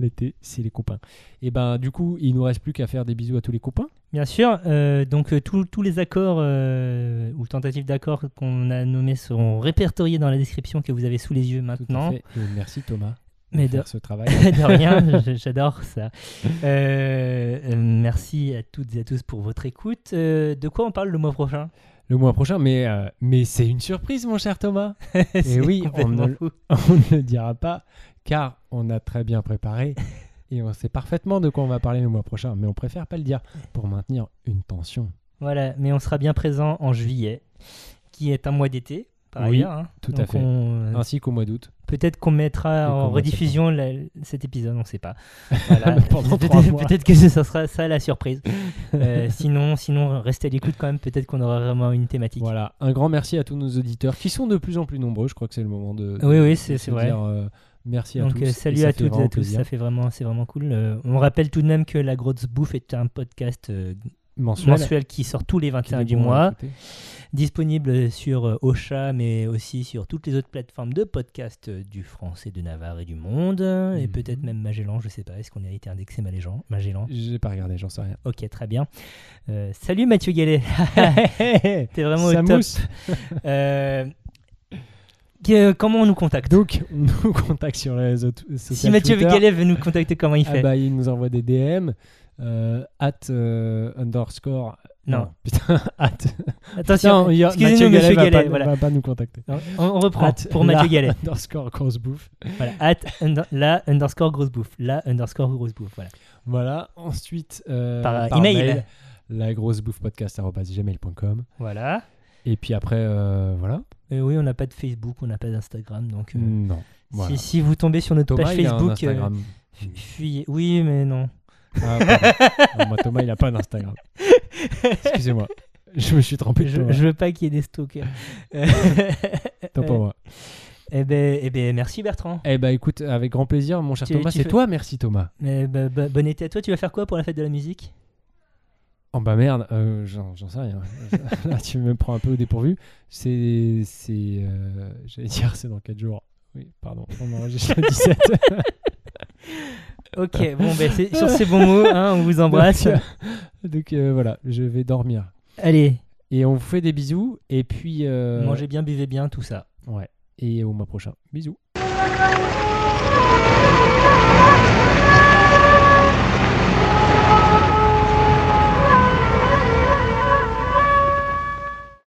Speaker 1: L'été, c'est les copains. Et ben du coup, il nous reste plus qu'à faire des bisous à tous les copains.
Speaker 2: [laughs] Bien sûr, euh, donc euh, tous tous les accords euh, ou tentatives d'accords qu'on a nommés seront répertoriés dans la description que vous avez sous les yeux
Speaker 1: Tout à
Speaker 2: maintenant.
Speaker 1: fait. Et merci Thomas
Speaker 2: Mais
Speaker 1: pour
Speaker 2: de, [laughs]
Speaker 1: faire ce travail.
Speaker 2: de rien, j- j'adore ça. Euh, euh, merci à toutes et à tous pour votre écoute. Euh, de quoi on parle le mois prochain [laughs]
Speaker 1: Le mois prochain, mais, euh, mais c'est une surprise, mon cher Thomas.
Speaker 2: C'est
Speaker 1: oui, on
Speaker 2: complètement
Speaker 1: ne-
Speaker 2: fou.
Speaker 1: [laughs] on ne le dira pas, car on a très bien
Speaker 2: [laughs]
Speaker 1: préparé et on sait parfaitement de quoi on va parler le mois prochain, mais on préfère pas le dire pour maintenir une tension.
Speaker 2: Voilà, mais on sera bien présent en juillet, qui est un mois d'été, par
Speaker 1: Oui,
Speaker 2: ailleurs. hein.
Speaker 1: tout à
Speaker 2: Donc
Speaker 1: fait.
Speaker 2: on-
Speaker 1: Ainsi qu'au mois d'août.
Speaker 2: Peut-être qu'on mettra
Speaker 1: Et qu'on
Speaker 2: en
Speaker 1: mettra
Speaker 2: rediffusion la- cet épisode, on
Speaker 1: [laughs]
Speaker 2: ne sait pas. Voilà.
Speaker 1: Pendant trois
Speaker 2: peut-être,
Speaker 1: mois.
Speaker 2: peut-être que ce sera ça la
Speaker 1: [laughs]
Speaker 2: surprise. Euh, sinon, sinon, restez à l'écoute quand même. Peut-être qu'on aura vraiment une thématique.
Speaker 1: Voilà, un grand merci à tous nos auditeurs qui sont de plus en plus nombreux. Je crois que c'est le moment de,
Speaker 2: Oui,
Speaker 1: de-
Speaker 2: oui,
Speaker 1: de
Speaker 2: c'est-
Speaker 1: se
Speaker 2: c'est vrai.
Speaker 1: dire, euh, merci à
Speaker 2: Donc
Speaker 1: tous.
Speaker 2: euh,
Speaker 1: et
Speaker 2: salut
Speaker 1: ça
Speaker 2: à
Speaker 1: fait
Speaker 2: toutes et
Speaker 1: vraiment
Speaker 2: à tous.
Speaker 1: plaisir.
Speaker 2: Ça fait vraiment, c'est vraiment cool. Euh, on rappelle tout de même que la grosse bouffe est un podcast euh,
Speaker 1: Mensuel.
Speaker 2: mensuel qui sort tous les
Speaker 1: Qu'il
Speaker 2: 21
Speaker 1: est
Speaker 2: du
Speaker 1: bon à
Speaker 2: mois,
Speaker 1: écouter.
Speaker 2: disponible sur euh, Ocha, mais aussi sur toutes les autres plateformes de podcasts euh, du français, de Navarre et du monde, et
Speaker 1: Mhm.
Speaker 2: peut-être même Magellan. Je sais pas. Est-ce qu'on a été indexé Magellan Magellan.
Speaker 1: J'ai pas regardé, j'en sais rien.
Speaker 2: Ok, très bien. Euh, salut
Speaker 1: [laughs]
Speaker 2: Mathieu Gallet. [laughs] T'es [laughs] vraiment
Speaker 1: Ça
Speaker 2: au top.
Speaker 1: mousse.
Speaker 2: Euh, que- euh, comment on nous contacte
Speaker 1: Donc, on nous [laughs] contacte sur les réseaux t- sociaux.
Speaker 2: Si Mathieu
Speaker 1: Twitter.
Speaker 2: Gallet veut nous contacter, comment il
Speaker 1: Ah
Speaker 2: fait
Speaker 1: bah, il nous envoie des DM. euh, at euh, underscore.
Speaker 2: Non.
Speaker 1: putain, [laughs] at.
Speaker 2: Attention,
Speaker 1: Non, il y a- Mathieu
Speaker 2: excusez-nous, Monsieur
Speaker 1: va
Speaker 2: Gallet.
Speaker 1: pas,
Speaker 2: voilà.
Speaker 1: va pas nous contacter.
Speaker 2: Non, On, on reprend
Speaker 1: At
Speaker 2: pour
Speaker 1: la
Speaker 2: Mathieu
Speaker 1: [laughs]
Speaker 2: Gallet.
Speaker 1: Underscore grosse bouffe. [laughs]
Speaker 2: Voilà, at under- la underscore grosse bouffe. La underscore grosse bouffe. Voilà.
Speaker 1: Voilà. Ensuite, euh,
Speaker 2: Par, email.
Speaker 1: mail, la grosse bouffe podcast.gmail.com.
Speaker 2: Voilà.
Speaker 1: Et puis après, euh, voilà. Hmm,
Speaker 2: Euh, oui, on n'a pas de Facebook, on n'a pas d'Instagram. Donc, euh,
Speaker 1: Non. Voilà.
Speaker 2: si, si vous tombez sur notre
Speaker 1: Mm. Thomas,
Speaker 2: page
Speaker 1: il a un
Speaker 2: Facebook, euh, [laughs]
Speaker 1: Instagram.
Speaker 2: fu- fuyez. Oui, mais non.
Speaker 1: Ah, pardon. Non, moi, Thomas, il a pas d'Instagram. Excusez-moi. Je me suis trompé de
Speaker 2: Je,
Speaker 1: Thomas.
Speaker 2: je euh. veux pas qu'il y ait
Speaker 1: [laughs]
Speaker 2: des stalkers. Euh,
Speaker 1: Tant pour moi.
Speaker 2: eh, ben, eh ben, merci Bertrand.
Speaker 1: Eh bah écoute, avec grand plaisir, mon cher
Speaker 2: Tu-
Speaker 1: Thomas.
Speaker 2: tu
Speaker 1: C'est
Speaker 2: fais-
Speaker 1: toi, merci Thomas.
Speaker 2: Mais, bah, bah, bon été à toi. Tu vas faire quoi pour la fête de la musique
Speaker 1: Oh bah merde, euh, j'en j'en sais rien. [laughs] Là, tu me prends un peu au dépourvu. C'est. c'est, euh, J'allais dire, c'est dans 4 jours. Oui, pardon, on enregistre le 17. Euh.
Speaker 2: Ok, bon, ben, c'est sur ces bons mots, hein, on
Speaker 1: [laughs]
Speaker 2: vous embrasse.
Speaker 1: Donc, euh, donc, euh, voilà, je vais dormir.
Speaker 2: Allez,
Speaker 1: Et on vous fait des bisous. Et puis. euh,
Speaker 2: mangez bien, buvez bien, tout ça.
Speaker 1: Ouais. Et au mois prochain. Bisous.
Speaker 3: Duvera